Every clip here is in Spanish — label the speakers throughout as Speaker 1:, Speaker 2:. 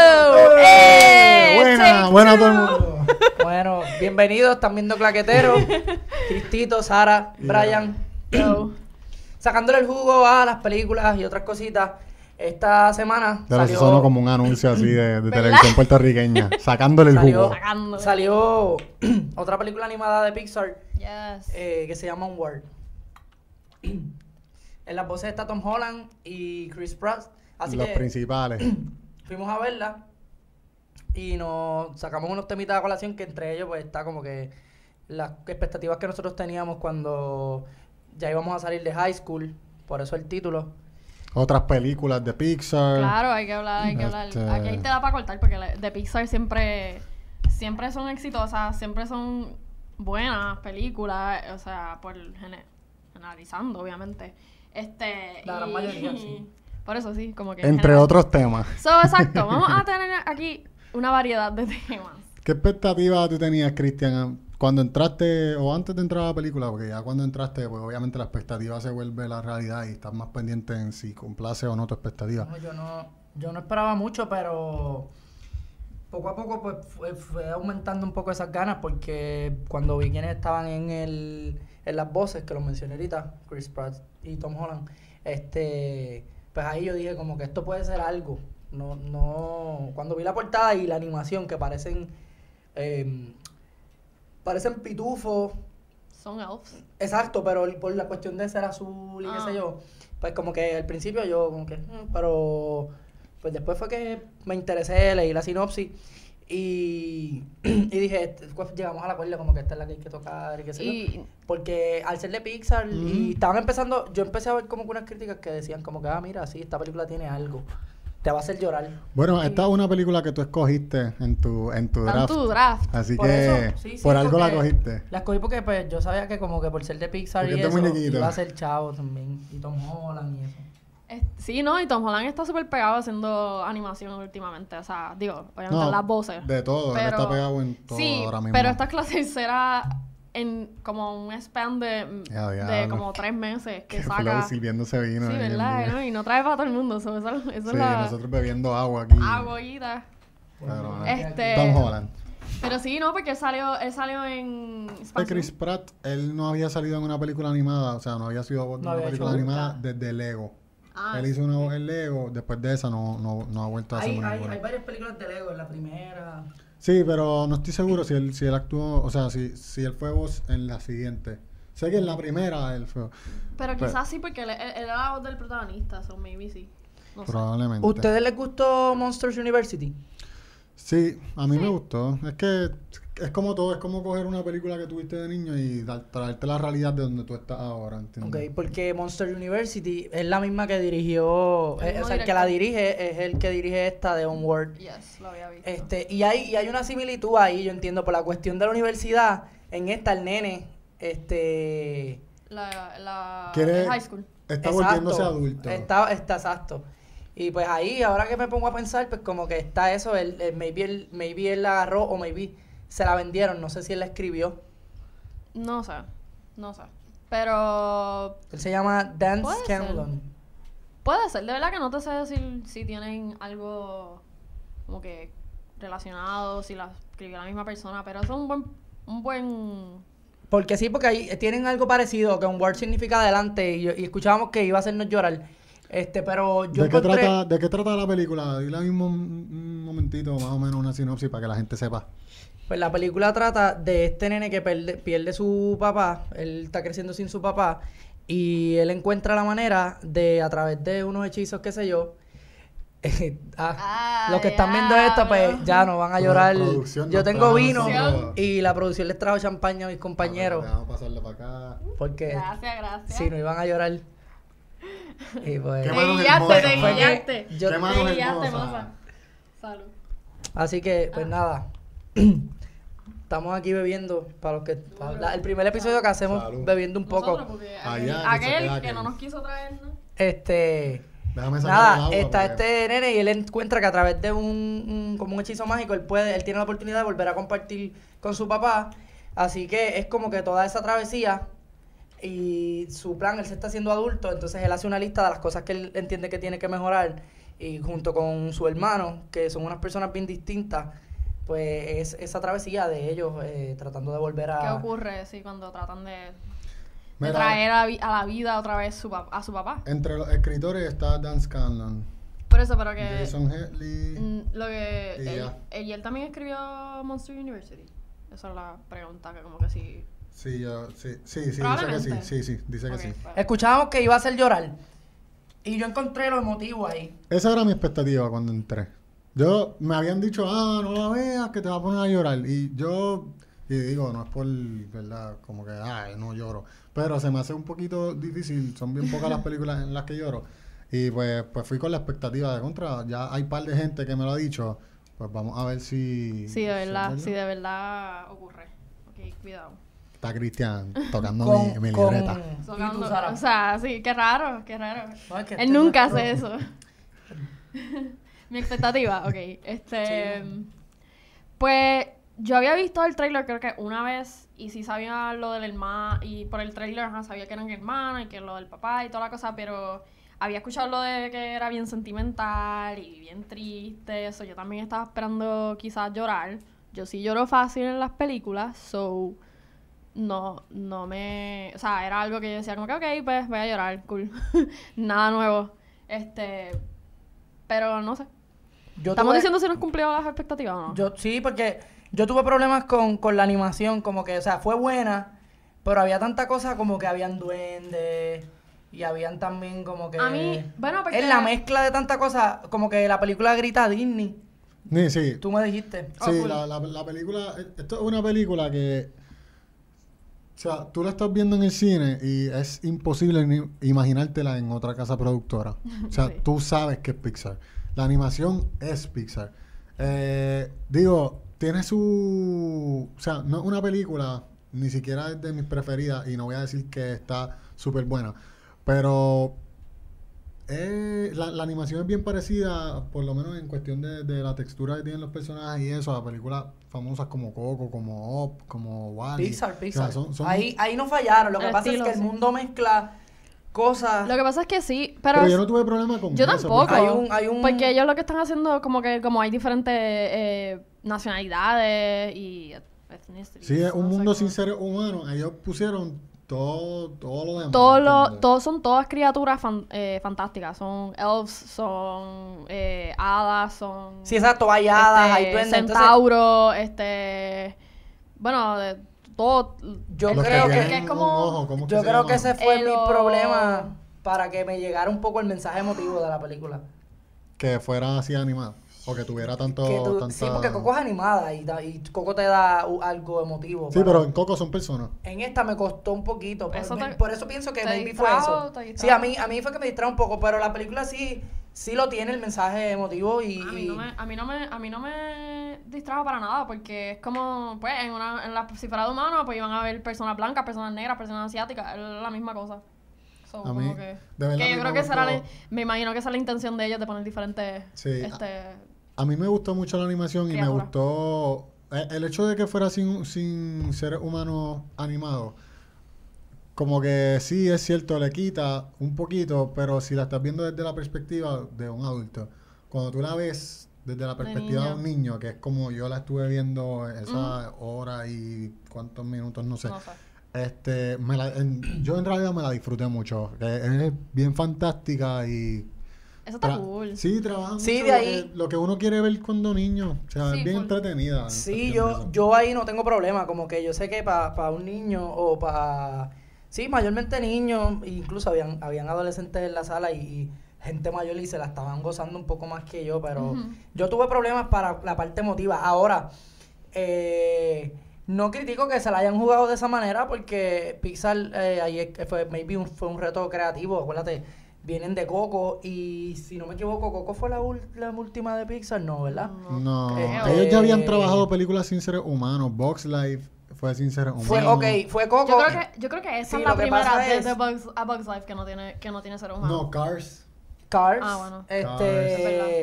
Speaker 1: ¡Eh!
Speaker 2: buena, buena a todo el mundo.
Speaker 1: Bueno, bienvenidos, están viendo Claquetero. Cristito, Sara, Brian.
Speaker 3: Yo.
Speaker 1: Sacándole el jugo a las películas y otras cositas. Esta semana
Speaker 2: Pero eso sonó como un anuncio así de, de televisión puertorriqueña, sacándole el
Speaker 1: Salió.
Speaker 2: jugo.
Speaker 3: Sacándole.
Speaker 1: salió otra película animada de Pixar
Speaker 3: Yes.
Speaker 1: eh, que se llama Onward. En las voces está Tom Holland y Chris Pratt. Así
Speaker 2: Los
Speaker 1: que
Speaker 2: principales.
Speaker 1: fuimos a verla y nos sacamos unos temitas a colación que entre ellos pues está como que las expectativas que nosotros teníamos cuando ya íbamos a salir de high school, por eso el título.
Speaker 2: Otras películas de Pixar.
Speaker 3: Claro, hay que hablar, hay que hablar.
Speaker 2: Este-
Speaker 3: Aquí hay tela para cortar porque la- de Pixar siempre, siempre son exitosas, siempre son buenas películas, o sea, por gene- generalizando, obviamente. Este,
Speaker 1: La gran
Speaker 3: y-
Speaker 1: mayoría, sí.
Speaker 3: Por eso sí, como que. en
Speaker 2: Entre
Speaker 3: general.
Speaker 2: otros temas.
Speaker 3: So, exacto, vamos a tener aquí una variedad de temas.
Speaker 2: ¿Qué expectativas tú tenías, Cristian, cuando entraste o antes de entrar a la película? Porque ya cuando entraste, pues obviamente la expectativa se vuelve la realidad y estás más pendiente en si complace o no tu expectativa.
Speaker 1: No, yo no, yo no esperaba mucho, pero poco a poco pues fue, fue aumentando un poco esas ganas porque cuando vi quienes estaban en el, en las voces que los mencioné ahorita, Chris Pratt y Tom Holland, este, pues ahí yo dije como que esto puede ser algo. No, no, cuando vi la portada y la animación que parecen em, parecen pitufos
Speaker 3: Son elves.
Speaker 1: Exacto, pero el- por la cuestión de ser azul y qué
Speaker 3: Ah.
Speaker 1: sé yo, pues como que al principio yo como que, "Mm", pero pues después fue que me interesé, leí la sinopsis y, y dije, "Este, pues, llegamos a la cuerda como que esta es la que hay que tocar y qué sé yo.
Speaker 3: Y
Speaker 1: Porque al ser de Pixar y estaban empezando, yo empecé a ver como que unas críticas que decían como que, ah, mira, sí, esta película tiene algo, te va a hacer llorar.
Speaker 2: Bueno, esta es una película que tú escogiste en tu, en tu
Speaker 3: tanto
Speaker 2: draft.
Speaker 3: draft.
Speaker 2: Así
Speaker 1: Por
Speaker 2: que
Speaker 1: eso, sí, sí,
Speaker 2: por algo la
Speaker 1: porque-
Speaker 2: cogiste.
Speaker 1: La escogí porque pues yo sabía que como que por ser de Pixar
Speaker 2: Porque
Speaker 1: y
Speaker 2: este
Speaker 1: eso,
Speaker 2: muñequito.
Speaker 1: iba a ser chavo también, y Tom Holland y eso.
Speaker 3: Es- Sí, no, y Tom Holland está súper pegado haciendo animación últimamente. O sea, digo, obviamente
Speaker 2: No,
Speaker 3: las voces.
Speaker 2: De todo, él
Speaker 3: pero-
Speaker 2: está pegado en todo
Speaker 3: sí,
Speaker 2: ahora mismo.
Speaker 3: pero esta clase será en como un span de,
Speaker 2: Ya,
Speaker 3: de
Speaker 2: diablo.
Speaker 3: como tres meses que
Speaker 2: que
Speaker 3: saca.
Speaker 2: flow sirviéndose vino.
Speaker 3: sí,
Speaker 2: ahí en
Speaker 3: ¿verdad?
Speaker 2: vivo.
Speaker 3: ¿no? Y no trae para todo el mundo. Eso, eso- eso es
Speaker 2: Sí,
Speaker 3: la
Speaker 2: nosotros bebiendo agua aquí.
Speaker 3: agüita.
Speaker 2: Pero,
Speaker 1: Bueno,
Speaker 3: Este-
Speaker 2: Tom Holland.
Speaker 3: Pero sí, no, porque él salió, él salió en
Speaker 2: Este
Speaker 3: Space
Speaker 2: Chris Pratt, él no había salido en una película animada, o sea, no había sido en una
Speaker 1: había
Speaker 2: película
Speaker 1: hecho
Speaker 2: animada
Speaker 1: nunca.
Speaker 2: desde Lego.
Speaker 3: Ah,
Speaker 2: él hizo una voz en Lego, después de esa no, no, no ha vuelto a hacer
Speaker 1: Hay,
Speaker 2: una
Speaker 1: hay,
Speaker 2: ninguna.
Speaker 1: hay varias películas de Lego, en la primera.
Speaker 2: Sí, pero no estoy seguro si él, si él actuó, o sea, si, si él fue voz en la siguiente. Sé que en la primera él fue,
Speaker 3: Pero
Speaker 2: Pero-
Speaker 3: quizás sí, porque él, él- él era la voz del protagonista, so maybe sí. No sé.
Speaker 2: probablemente.
Speaker 1: ¿Ustedes les gustó Monsters University?
Speaker 2: Sí, a mí me gustó. Es que es como todo, es como coger una película que tuviste de niño y dar- traerte la realidad de donde tú estás ahora,
Speaker 1: Ok, pues,
Speaker 2: ¿entiendes?
Speaker 1: porque Monsters University es la misma que dirigió,
Speaker 3: El mismo
Speaker 1: eh, o sea, el que
Speaker 3: director.
Speaker 1: la dirige es el que dirige esta de Onward.
Speaker 3: Yes, lo había visto.
Speaker 1: Este, y hay, y hay una similitud ahí, yo entiendo, por la cuestión de la universidad, en esta el nene, este...
Speaker 3: La,
Speaker 1: ah,
Speaker 3: la
Speaker 2: Quiere-
Speaker 3: el high school.
Speaker 2: Está
Speaker 1: exacto,
Speaker 2: volviéndose adulto.
Speaker 1: Está, está exacto. Y pues ahí, ahora que me pongo a pensar, pues como que está eso, el, el maybe, el, maybe él la agarró o maybe se la vendieron, no sé si él la escribió.
Speaker 3: No sé, no sé. Pero
Speaker 1: Él se llama Dan
Speaker 3: Puede ser.
Speaker 1: Scanlon.
Speaker 3: puede ser, de verdad que no te sé decir si tienen algo como que relacionado, si la escribió la misma persona, pero eso es un buen, un buen
Speaker 1: Porque sí, porque ahí tienen algo parecido, que un word significa adelante, y, yo- y escuchábamos que iba a hacernos llorar. Este, pero yo
Speaker 2: ¿De qué,
Speaker 1: encontré-
Speaker 2: trata, ¿De qué trata la película? Dile ahí un, mom- un momentito, más o menos una sinopsis para que la gente sepa.
Speaker 1: Pues la película trata de este nene que perde- pierde su papá, él está creciendo sin su papá, y él encuentra la manera de, a través de unos hechizos, qué sé yo, eh, ah,
Speaker 3: Ah,
Speaker 1: los que están viendo esto, pues
Speaker 3: diablo.
Speaker 1: ya no van a
Speaker 2: Pro-
Speaker 1: llorar.
Speaker 2: producción
Speaker 1: Yo
Speaker 2: nos
Speaker 1: tengo
Speaker 2: trajo
Speaker 1: vino
Speaker 2: nosotros.
Speaker 1: y la producción les trajo champaña a mis compañeros,
Speaker 2: Ah, Vamos a pasarle para acá.
Speaker 1: porque
Speaker 3: Gracias, gracias.
Speaker 1: si no iban a llorar. Y pues,
Speaker 2: Qué
Speaker 3: Te
Speaker 2: manos
Speaker 3: guillaste,
Speaker 2: hermosas,
Speaker 3: te
Speaker 2: ¿ah?
Speaker 3: guillaste.
Speaker 1: Yo-
Speaker 2: Qué manos
Speaker 3: Te guillaste,
Speaker 2: hermosas.
Speaker 3: moza. Salud.
Speaker 1: Así que,
Speaker 3: Ah.
Speaker 1: pues nada. Estamos aquí bebiendo para los que. para la- el primer episodio que hacemos
Speaker 2: Salud.
Speaker 1: bebiendo un poco.
Speaker 3: Nosotros, porque aquel,
Speaker 2: Allá, Ah, que se
Speaker 3: aquel
Speaker 2: queda
Speaker 3: que
Speaker 2: aquel.
Speaker 3: no nos quiso traer, ¿no?
Speaker 1: Este.
Speaker 2: Déjame sacar el
Speaker 1: Nada,
Speaker 2: agua.
Speaker 1: está
Speaker 2: porque-
Speaker 1: este nene y él encuentra que a través de un, un- como un hechizo mágico él puede él tiene la oportunidad de volver a compartir con su papá, así que es como que toda esa travesía y su plan él se está haciendo adulto, entonces él hace una lista de las cosas que él entiende que tiene que mejorar y junto con su hermano, que son unas personas bien distintas, pues es esa travesía de ellos eh, tratando de volver a...
Speaker 3: ¿Qué
Speaker 2: Ah.
Speaker 3: ocurre sí, cuando tratan de, de
Speaker 2: Mira,
Speaker 3: traer a, vi- a la vida otra vez su pap- a su papá?
Speaker 2: Entre los escritores está Dan Scanlon,
Speaker 3: Por eso, pero que...
Speaker 2: Jason Hetley.
Speaker 3: mm, Lo que...
Speaker 2: Y
Speaker 3: Él,
Speaker 2: ya.
Speaker 3: él- y él también escribió Monster University. Esa es la pregunta que como que sí...
Speaker 2: Sí, yo- sí, sí, sí, dice que sí,
Speaker 3: Probablemente.
Speaker 2: sí, sí, dice
Speaker 3: Ok,
Speaker 2: que sí.
Speaker 3: pues.
Speaker 1: Escuchábamos que iba a hacer llorar. Y yo encontré lo emotivo ahí.
Speaker 2: Esa era mi expectativa cuando entré. Yo, me habían dicho, ah, no la veas, que te va a poner a llorar. Y yo, y digo, no es por, ¿verdad? Como que, ah, no lloro. Pero se me hace un poquito difícil, son bien pocas las películas en las que lloro. Y pues, pues fui con la expectativa de contra. Ya hay par de gente que me lo ha dicho. Pues vamos a ver si...
Speaker 3: Sí, de
Speaker 2: si es
Speaker 3: verdad, sí, de verdad ocurre. Ok, cuidado.
Speaker 2: Está Cristian tocando
Speaker 1: Con-
Speaker 2: mi, mi
Speaker 1: con-
Speaker 2: libreta.
Speaker 1: Y tú,
Speaker 3: Tocando-
Speaker 1: Sara.
Speaker 3: o sea, sí, qué raro, qué raro.
Speaker 1: No, es que
Speaker 3: Él
Speaker 1: este-
Speaker 3: nunca hace eso. Mi expectativa, ok. Este,
Speaker 1: Sí.
Speaker 3: Pues yo había visto el trailer creo que una vez y sí sabía lo del hermano, y por el trailer ajá, sabía que eran hermanos y que lo del papá y toda la cosa, pero había escuchado lo de que era bien sentimental y bien triste, eso yo también estaba esperando quizás llorar. Yo sí lloro fácil en las películas, so no, no me. O sea, era algo que yo decía, como que, ok, pues voy a llorar, cool. Nada nuevo. Este. Pero no sé.
Speaker 1: Yo
Speaker 3: Estamos
Speaker 1: tuve-
Speaker 3: diciendo si nos cumplió las expectativas o no.
Speaker 1: Yo, sí, porque yo tuve problemas con, con la animación, como que, o sea, fue buena, pero había tanta cosa como que habían duendes y habían también como que...
Speaker 3: A mí- bueno, porque-
Speaker 1: En la mezcla de tanta cosa, como que la película grita Disney,
Speaker 2: Sí, sí,
Speaker 1: tú me dijiste.
Speaker 3: Ah,
Speaker 2: Sí,
Speaker 3: cool.
Speaker 2: la, la- la película, esto es una película que, o sea, tú la estás viendo en el cine y es imposible ni imaginártela en otra casa productora. O sea,
Speaker 3: Sí.
Speaker 2: tú sabes que es Pixar. La animación es Pixar. Eh, digo, tiene su, o sea, no es una película, ni siquiera es de mis preferidas y no voy a decir que está súper buena, pero eh, la, la animación es bien parecida, por lo menos en cuestión de, de la textura que tienen los personajes y eso, a películas famosas como Coco, como Up, como Wally.
Speaker 1: Pixar, Pixar.
Speaker 2: son, son-
Speaker 1: Ahí, ahí no fallaron, lo que
Speaker 3: El
Speaker 1: pasa
Speaker 3: estilo,
Speaker 1: es que
Speaker 3: sí.
Speaker 1: el mundo mezcla cosas...
Speaker 3: Lo que pasa es que sí, pero.
Speaker 2: pero, yo no tuve problema con
Speaker 3: yo
Speaker 2: eso,
Speaker 3: tampoco.
Speaker 2: porque-
Speaker 1: Hay un- hay un-
Speaker 3: Porque ellos lo que están haciendo, como que como hay diferentes eh, nacionalidades y ethnicities.
Speaker 2: Sí, es
Speaker 3: no
Speaker 2: un
Speaker 3: sé
Speaker 2: mundo
Speaker 3: cómo-
Speaker 2: sin seres humanos. Ellos pusieron todo, todo lo demás.
Speaker 3: Todo lo,
Speaker 2: ¿entiendes?
Speaker 3: todos son todas criaturas fan- eh, fantásticas. Son elves, son eh, hadas, son.
Speaker 1: Sí, exacto, hay hadas,
Speaker 3: este,
Speaker 1: hay duendes. entonces,
Speaker 3: centauro, este. Bueno, de todo.
Speaker 1: yo
Speaker 2: Los
Speaker 1: creo que...
Speaker 2: tienen
Speaker 3: que es como-
Speaker 2: un ojo, ¿cómo es
Speaker 1: Yo
Speaker 2: se
Speaker 1: creo
Speaker 2: llama?
Speaker 1: que ese fue
Speaker 3: El-
Speaker 1: mi problema para que me llegara un poco el mensaje emotivo de la película.
Speaker 2: Que fuera así animado. O que tuviera tanto...
Speaker 1: Que tú-
Speaker 2: tanta-
Speaker 1: Sí, porque Coco es animada y, da- y Coco te da u- algo emotivo.
Speaker 2: Sí, pero en Coco son personas.
Speaker 1: En esta me costó un poquito. Por,
Speaker 3: Eso te-
Speaker 1: por eso pienso que
Speaker 3: te
Speaker 1: maybe fue
Speaker 3: distrajo,
Speaker 1: eso.
Speaker 3: te distrajo.
Speaker 1: Sí, a mí, a mí fue que me distrajo un poco, pero la película sí, sí lo tiene el mensaje emotivo y...
Speaker 3: A mí, no
Speaker 1: y-
Speaker 3: me, a, mí no me, a mí no me distrajo para nada, porque es como, pues, en, una, en la cifra de humano, pues iban a haber personas blancas, personas negras, personas asiáticas, es la misma cosa. So,
Speaker 2: A
Speaker 3: como
Speaker 2: mí,
Speaker 3: que,
Speaker 2: de verdad
Speaker 3: que
Speaker 2: me
Speaker 3: yo creo que será, la-
Speaker 2: gustó.
Speaker 3: me imagino que esa es la intención de ellos de poner diferentes,
Speaker 2: Sí.
Speaker 3: este,
Speaker 2: A mí me gustó mucho la animación y me
Speaker 3: Criatura.
Speaker 2: gustó eh, el hecho de que fuera sin, sin seres humanos animados. Como que sí, es cierto, le quita un poquito, pero si la estás viendo desde la perspectiva de un adulto, cuando tú la ves desde la
Speaker 3: De
Speaker 2: perspectiva de,
Speaker 3: niño.
Speaker 2: un niño, que es como yo la estuve viendo esa hora y cuántos minutos, no sé.
Speaker 3: no sé.
Speaker 2: Este, me la- en- yo en realidad me la disfruté mucho. Eh, Es bien fantástica y
Speaker 3: Eso está
Speaker 2: Tra-
Speaker 3: cool.
Speaker 2: Sí, trabaja
Speaker 1: Sí,
Speaker 2: mucho
Speaker 1: de
Speaker 2: lo
Speaker 1: ahí-
Speaker 2: que- Lo que, uno quiere ver cuando niño. O sea,
Speaker 3: Sí,
Speaker 2: es bien
Speaker 3: full.
Speaker 2: entretenida. en
Speaker 1: Sí,
Speaker 2: cuestión de
Speaker 1: yo,
Speaker 2: eso.
Speaker 1: yo ahí no tengo problema, como que yo sé que para un niño o para... Sí, mayormente niños, incluso habían, habían adolescentes en la sala y, y gente mayor y se la estaban gozando un poco más que yo, pero
Speaker 3: Ujú.
Speaker 1: yo tuve problemas para la parte emotiva. Ahora, eh, no critico que se la hayan jugado de esa manera porque Pixar eh, ahí es que fue, maybe un- fue un reto creativo, acuérdate. Vienen de Coco y si no me equivoco, Coco fue la, ul- la última de Pixar, no, ¿verdad?
Speaker 2: No,
Speaker 1: creo.
Speaker 2: ellos ya habían
Speaker 1: Eh,
Speaker 2: trabajado películas sin seres humanos. Box Life fue sin seres humanos.
Speaker 1: Fue, ok, fue Coco.
Speaker 3: Yo creo que, yo creo que esa
Speaker 1: Sí,
Speaker 3: es la
Speaker 1: lo que pasa
Speaker 3: primera de,
Speaker 1: es-
Speaker 3: de Bugs, a Bugs Life que no tiene, que no tiene ser humano.
Speaker 2: No, Cars.
Speaker 1: Cars.
Speaker 3: Ah, bueno.
Speaker 1: Este.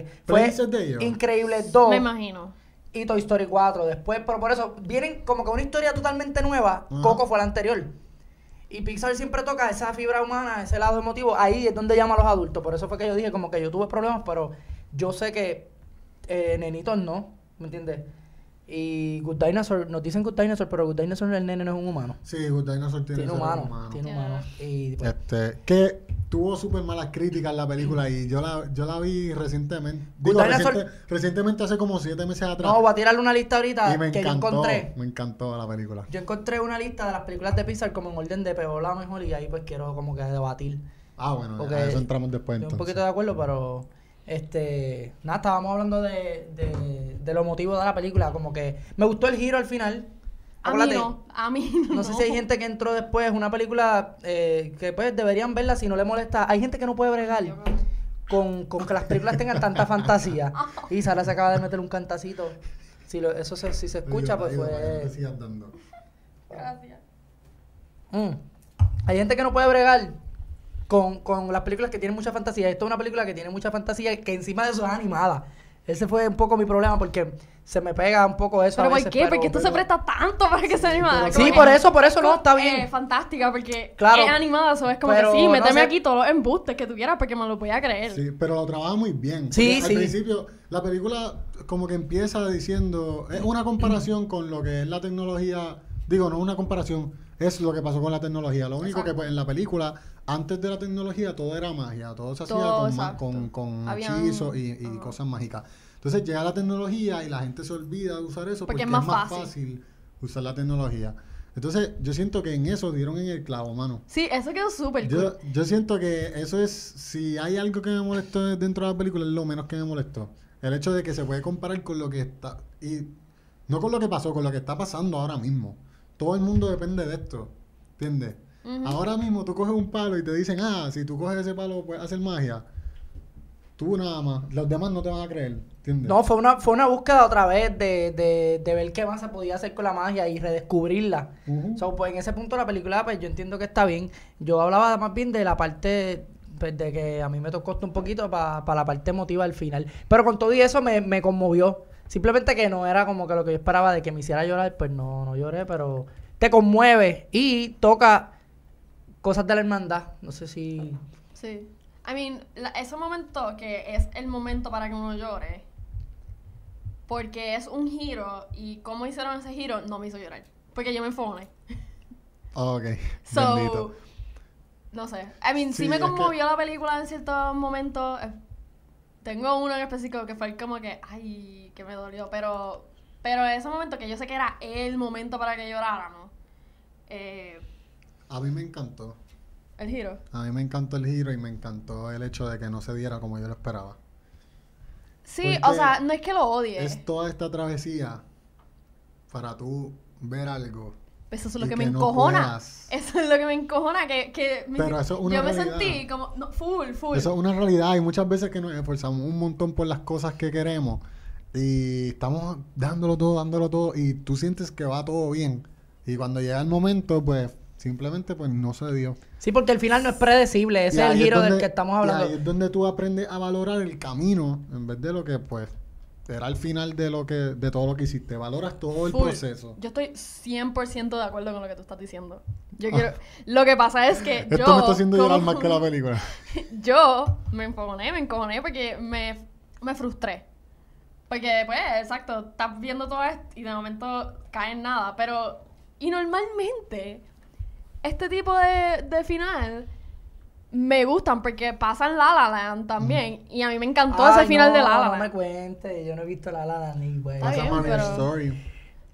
Speaker 2: Cars.
Speaker 1: Fue
Speaker 2: Princess de ellos.
Speaker 1: Increíble 2
Speaker 3: Me imagino.
Speaker 1: y Toy Story 4. Después, pero por eso, vienen como que una historia totalmente nueva.
Speaker 2: Ajá.
Speaker 1: Coco fue la anterior. Y Pixar siempre toca esa fibra humana, ese lado emotivo. Ahí es donde llama a los adultos. Por eso fue que yo dije, como que yo tuve problemas, pero yo sé que eh, nenitos no. ¿Me entiendes? Y Good Dinosaur, nos dicen Good Dinosaur, pero Good Dinosaur el nene no es un humano.
Speaker 2: Sí, Good Dinosaur tiene,
Speaker 1: Tiene
Speaker 2: que ser
Speaker 1: humano,
Speaker 2: humano.
Speaker 1: tiene
Speaker 3: Ya.
Speaker 1: humano. Y pues,
Speaker 2: Este, que tuvo súper malas críticas la película y yo la, yo la vi recientemente.
Speaker 1: Good
Speaker 2: Digo,
Speaker 1: Dinosaur-
Speaker 2: reciente- recientemente hace como siete meses atrás.
Speaker 1: no, voy a tirarle una
Speaker 2: y
Speaker 1: lista ahorita
Speaker 2: me
Speaker 1: que
Speaker 2: encantó.
Speaker 1: yo encontré.
Speaker 2: Me encantó la película.
Speaker 1: Yo encontré una lista de las películas de Pixar como en orden de peor la mejor y ahí pues quiero como que debatir.
Speaker 2: Ah, bueno,
Speaker 1: Ok.
Speaker 2: a eso entramos después
Speaker 1: Estoy
Speaker 2: entonces.
Speaker 1: un poquito de acuerdo, pero este nada, estábamos hablando de, de, de los motivos de la película, como que me gustó el giro al final.
Speaker 3: A mí
Speaker 1: Acuérdate,
Speaker 3: no. A mí no.
Speaker 1: no sé si hay gente que entró después, una película eh, que pues deberían verla si no le molesta. Hay gente que no puede bregar con, con que las películas tengan tanta fantasía. Y Sara se acaba de meter un cantacito. Si lo- eso se, si se escucha,
Speaker 2: Ayuda,
Speaker 1: pues
Speaker 2: ayuda, para que no
Speaker 1: fue...
Speaker 2: te sigas dando.
Speaker 3: Gracias.
Speaker 1: Mm. Hay gente que no puede bregar con, con las películas que tienen mucha fantasía. Esto es una película que tiene mucha fantasía y que encima de eso es animada. Ese fue un poco mi problema porque se me pega un poco eso.
Speaker 3: Pero
Speaker 1: a
Speaker 3: ¿por
Speaker 1: veces,
Speaker 3: qué? Porque esto se
Speaker 1: pero-
Speaker 3: presta tanto para que sea animada.
Speaker 1: Sí, por eso, por eso no, está bien.
Speaker 3: eh, fantástica, porque
Speaker 1: Claro.
Speaker 3: es animada, eso es como
Speaker 1: Pero
Speaker 3: que sí,
Speaker 1: no
Speaker 3: méteme
Speaker 1: sé-
Speaker 3: aquí todos los embustes que tú quieras porque me lo voy a creer.
Speaker 2: Sí, pero lo trabaja muy bien.
Speaker 1: Sí,
Speaker 2: Porque
Speaker 1: sí.
Speaker 2: Al principio, la película como que empieza diciendo, es una comparación con lo que es la tecnología, digo, no una comparación, es lo que pasó con la tecnología. Lo único que
Speaker 3: Exacto.
Speaker 2: pues, en la película, antes de la tecnología, todo era magia, todo se hacía
Speaker 3: Todo,
Speaker 2: con, ma-
Speaker 3: exacto.
Speaker 2: con, con
Speaker 3: Habían-
Speaker 2: hechizos y, y
Speaker 3: ajá.
Speaker 2: cosas mágicas. Entonces llega la tecnología y la gente se olvida de usar eso porque, es más, fácil. usar la tecnología. Entonces yo siento que en eso dieron en el clavo, mano.
Speaker 3: Sí, eso quedó súper cool.
Speaker 2: Yo, yo siento que eso es, si hay algo que me molestó dentro de la película, es lo menos que me molestó. El hecho de que se puede comparar con lo que está, y no con lo que pasó, con lo que está pasando ahora mismo. Todo el mundo depende de esto, ¿entiendes?
Speaker 3: Ujú.
Speaker 2: Ahora mismo tú coges un palo y te dicen, ah, si tú coges ese palo puedes hacer magia. Tú nada más, los demás no te van a creer, ¿entiendes?
Speaker 1: No, fue una, fue una búsqueda otra vez de, de, de ver qué más se podía hacer con la magia y redescubrirla.
Speaker 2: Ujú.
Speaker 1: So, pues en ese punto la película, pues yo entiendo que está bien. Yo hablaba más bien de la parte pues, de que a mí me tocó un poquito para la parte emotiva al final. Pero con todo y eso me, me conmovió. Simplemente que no era como que lo que yo esperaba de que me hiciera llorar, pues no, no lloré, pero te conmueve y toca cosas de la hermandad. No sé si...
Speaker 3: Sí. I mean, la- ese momento que es el momento para que uno llore, porque es un giro y cómo hicieron ese giro no me hizo llorar, porque yo me enfogoné.
Speaker 2: Ok,
Speaker 3: So,
Speaker 2: bendito.
Speaker 3: no sé. I mean, sí,
Speaker 2: Sí,
Speaker 3: me
Speaker 2: es que-
Speaker 3: conmovió la película en ciertos momentos. Eh, Tengo uno en específico que fue como que, ay, que me dolió. Pero, pero ese momento que yo sé que era el momento para que llorara, ¿no? Eh,
Speaker 2: A mí me encantó.
Speaker 3: el giro.
Speaker 2: A mí me encantó el giro y me encantó el hecho de que no se diera como yo lo esperaba.
Speaker 3: Sí, o
Speaker 2: Porque
Speaker 3: sea, no es que lo odie.
Speaker 2: es toda esta travesía para tú ver algo.
Speaker 3: Eso es
Speaker 2: y
Speaker 3: lo que me
Speaker 2: que no
Speaker 3: encojona.
Speaker 2: puedas.
Speaker 3: Eso es lo que me encojona. Que, que me-
Speaker 2: Pero eso es una
Speaker 3: yo me
Speaker 2: realidad.
Speaker 3: sentí como no, full, full.
Speaker 2: Eso es una realidad y muchas veces que nos esforzamos un montón por las cosas que queremos y estamos dándolo todo, dándolo todo y tú sientes que va todo bien y cuando llega el momento pues simplemente pues no se dio.
Speaker 1: Sí, porque el final no es predecible, ese
Speaker 2: Y
Speaker 1: es el
Speaker 2: ahí
Speaker 1: giro del
Speaker 2: donde-
Speaker 1: que estamos
Speaker 2: y
Speaker 1: hablando.
Speaker 2: ahí es donde tú aprendes a valorar el camino en vez de lo que pues era el final de lo que de todo lo que hiciste, valoras todo el
Speaker 3: Full.
Speaker 2: proceso.
Speaker 3: Yo estoy 100% de acuerdo con lo que tú estás diciendo. Yo quiero... Lo que pasa es que yo...
Speaker 2: Ah. Esto me está haciendo
Speaker 3: como-
Speaker 2: llorar más que la película.
Speaker 3: Yo me enfogoné, me encojoné porque me, me frustré. Porque, pues, exacto, estás viendo todo esto y de momento cae en nada. Pero... Y normalmente, este tipo de, de final me gustan porque pasan La La Land también. Y a mí me encantó ese
Speaker 1: Ay,
Speaker 3: final
Speaker 1: no,
Speaker 3: de La La
Speaker 1: No me
Speaker 3: Land.
Speaker 1: cuentes, yo no he visto la La Land ni güey.
Speaker 3: Está
Speaker 2: Esa
Speaker 3: bien,
Speaker 2: Marriage
Speaker 3: pero-
Speaker 2: Story.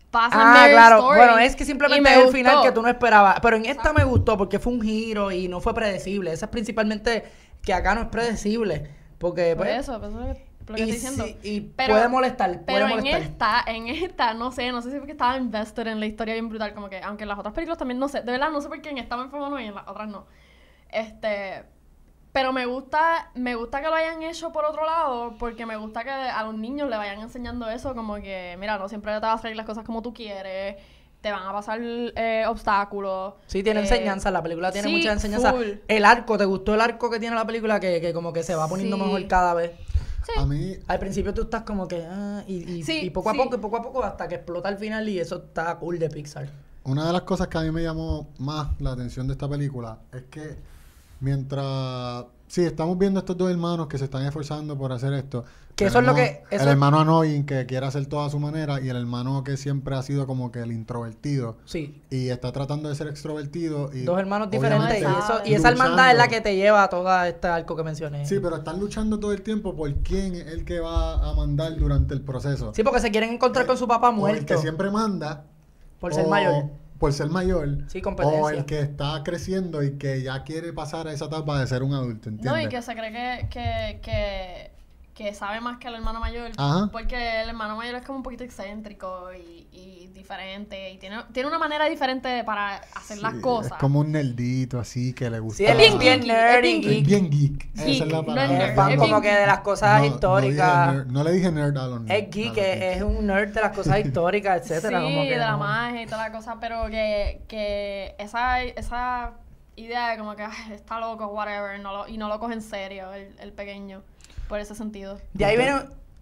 Speaker 3: Pasa
Speaker 1: Ah,
Speaker 3: Marriage
Speaker 1: claro.
Speaker 3: Story
Speaker 1: Bueno, es que
Speaker 3: y
Speaker 1: simplemente
Speaker 3: me
Speaker 1: es el
Speaker 3: gustó.
Speaker 1: final que tú no esperabas. Pero en esta me gustó porque fue un giro y no fue predecible. Esa es principalmente que acá no es predecible. Porque,
Speaker 3: Por
Speaker 1: pues,
Speaker 3: eso, por eso es lo que, lo que
Speaker 1: y,
Speaker 3: estoy diciendo.
Speaker 1: sí- y
Speaker 3: Pero-
Speaker 1: puede molestar, puede
Speaker 3: Pero en
Speaker 1: molestar.
Speaker 3: esta, en esta, no sé, no sé si porque estaba invested en la historia bien brutal, como que, aunque en las otras películas también, no sé, de verdad no sé por qué en esta me enfoco y en las otras no. Este, pero me gusta, me gusta que lo hayan hecho por otro lado, porque me gusta que a los niños le vayan enseñando eso, como que, mira, no siempre te vas a salir las cosas como tú quieres, te van a pasar eh, obstáculos.
Speaker 1: Sí, tiene
Speaker 3: eh,
Speaker 1: enseñanza, la película tiene
Speaker 3: sí,
Speaker 1: mucha enseñanza.
Speaker 3: full.
Speaker 1: El arco, ¿te gustó el arco que tiene la película? Que, que como que se va poniendo
Speaker 3: Sí.
Speaker 1: mejor cada vez.
Speaker 2: A mí
Speaker 1: Al principio tú estás como que, ah, y, y-
Speaker 3: Sí,
Speaker 1: y poco
Speaker 3: sí.
Speaker 1: a poco, y poco a poco, hasta que explota al final y eso está cool de Pixar.
Speaker 2: Una de las cosas que a mí me llamó más la atención de esta película es que mientras... Sí, estamos viendo a estos dos hermanos que se están esforzando por hacer esto.
Speaker 1: Que
Speaker 2: El
Speaker 1: eso es lo
Speaker 2: hermano-
Speaker 1: que- eso-
Speaker 2: El hermano annoying que quiere hacer todo a su manera y el hermano que siempre ha sido como que el introvertido
Speaker 1: Sí.
Speaker 2: y está tratando de ser extrovertido. Y
Speaker 1: Dos hermanos
Speaker 2: obviamente
Speaker 1: diferentes y, eso, y
Speaker 2: luchando.
Speaker 1: esa hermandad es la que te lleva a todo este arco que mencioné.
Speaker 2: Sí, pero están luchando todo el tiempo por quién es el que va a mandar durante el proceso.
Speaker 1: Sí, porque se quieren encontrar con su papá
Speaker 2: o el
Speaker 1: muerto
Speaker 2: que siempre manda.
Speaker 1: por ser
Speaker 2: o
Speaker 1: mayor.
Speaker 2: Por ser mayor.
Speaker 1: Sí, competencia.
Speaker 2: O el que está creciendo y que ya quiere pasar a esa etapa de ser un adulto, ¿entiendes?
Speaker 3: No, y que se cree que, que, que, que sabe más que el hermano mayor.
Speaker 2: Ajá.
Speaker 3: Porque el hermano mayor es como un poquito excéntrico y, y diferente. Y tiene, tiene una manera diferente para hacer las
Speaker 2: Sí,
Speaker 3: cosas.
Speaker 2: Es como un nerdito así que le gusta.
Speaker 1: Sí, es bien,
Speaker 3: Ah.
Speaker 1: bien nerd y
Speaker 3: Es
Speaker 2: Es
Speaker 1: geek.
Speaker 2: bien geek.
Speaker 3: Geek,
Speaker 2: Esa es la
Speaker 3: no
Speaker 2: palabra.
Speaker 3: es
Speaker 1: Es
Speaker 3: nerd,
Speaker 1: fan
Speaker 3: es
Speaker 1: como
Speaker 3: geek.
Speaker 1: que de las cosas
Speaker 2: No, no dije
Speaker 1: históricas.
Speaker 2: nerd, No, le dije nerd a los nerds,
Speaker 1: es geek,
Speaker 2: a los
Speaker 1: es, es un nerd de las cosas históricas, etcétera.
Speaker 3: Sí,
Speaker 1: como que
Speaker 3: de la
Speaker 1: no.
Speaker 3: magia y toda la cosa, pero que, que esa, esa idea de como que "Ay, está loco, whatever, no lo- y no lo coge en serio el, el pequeño, por ese sentido.
Speaker 1: De ahí viene.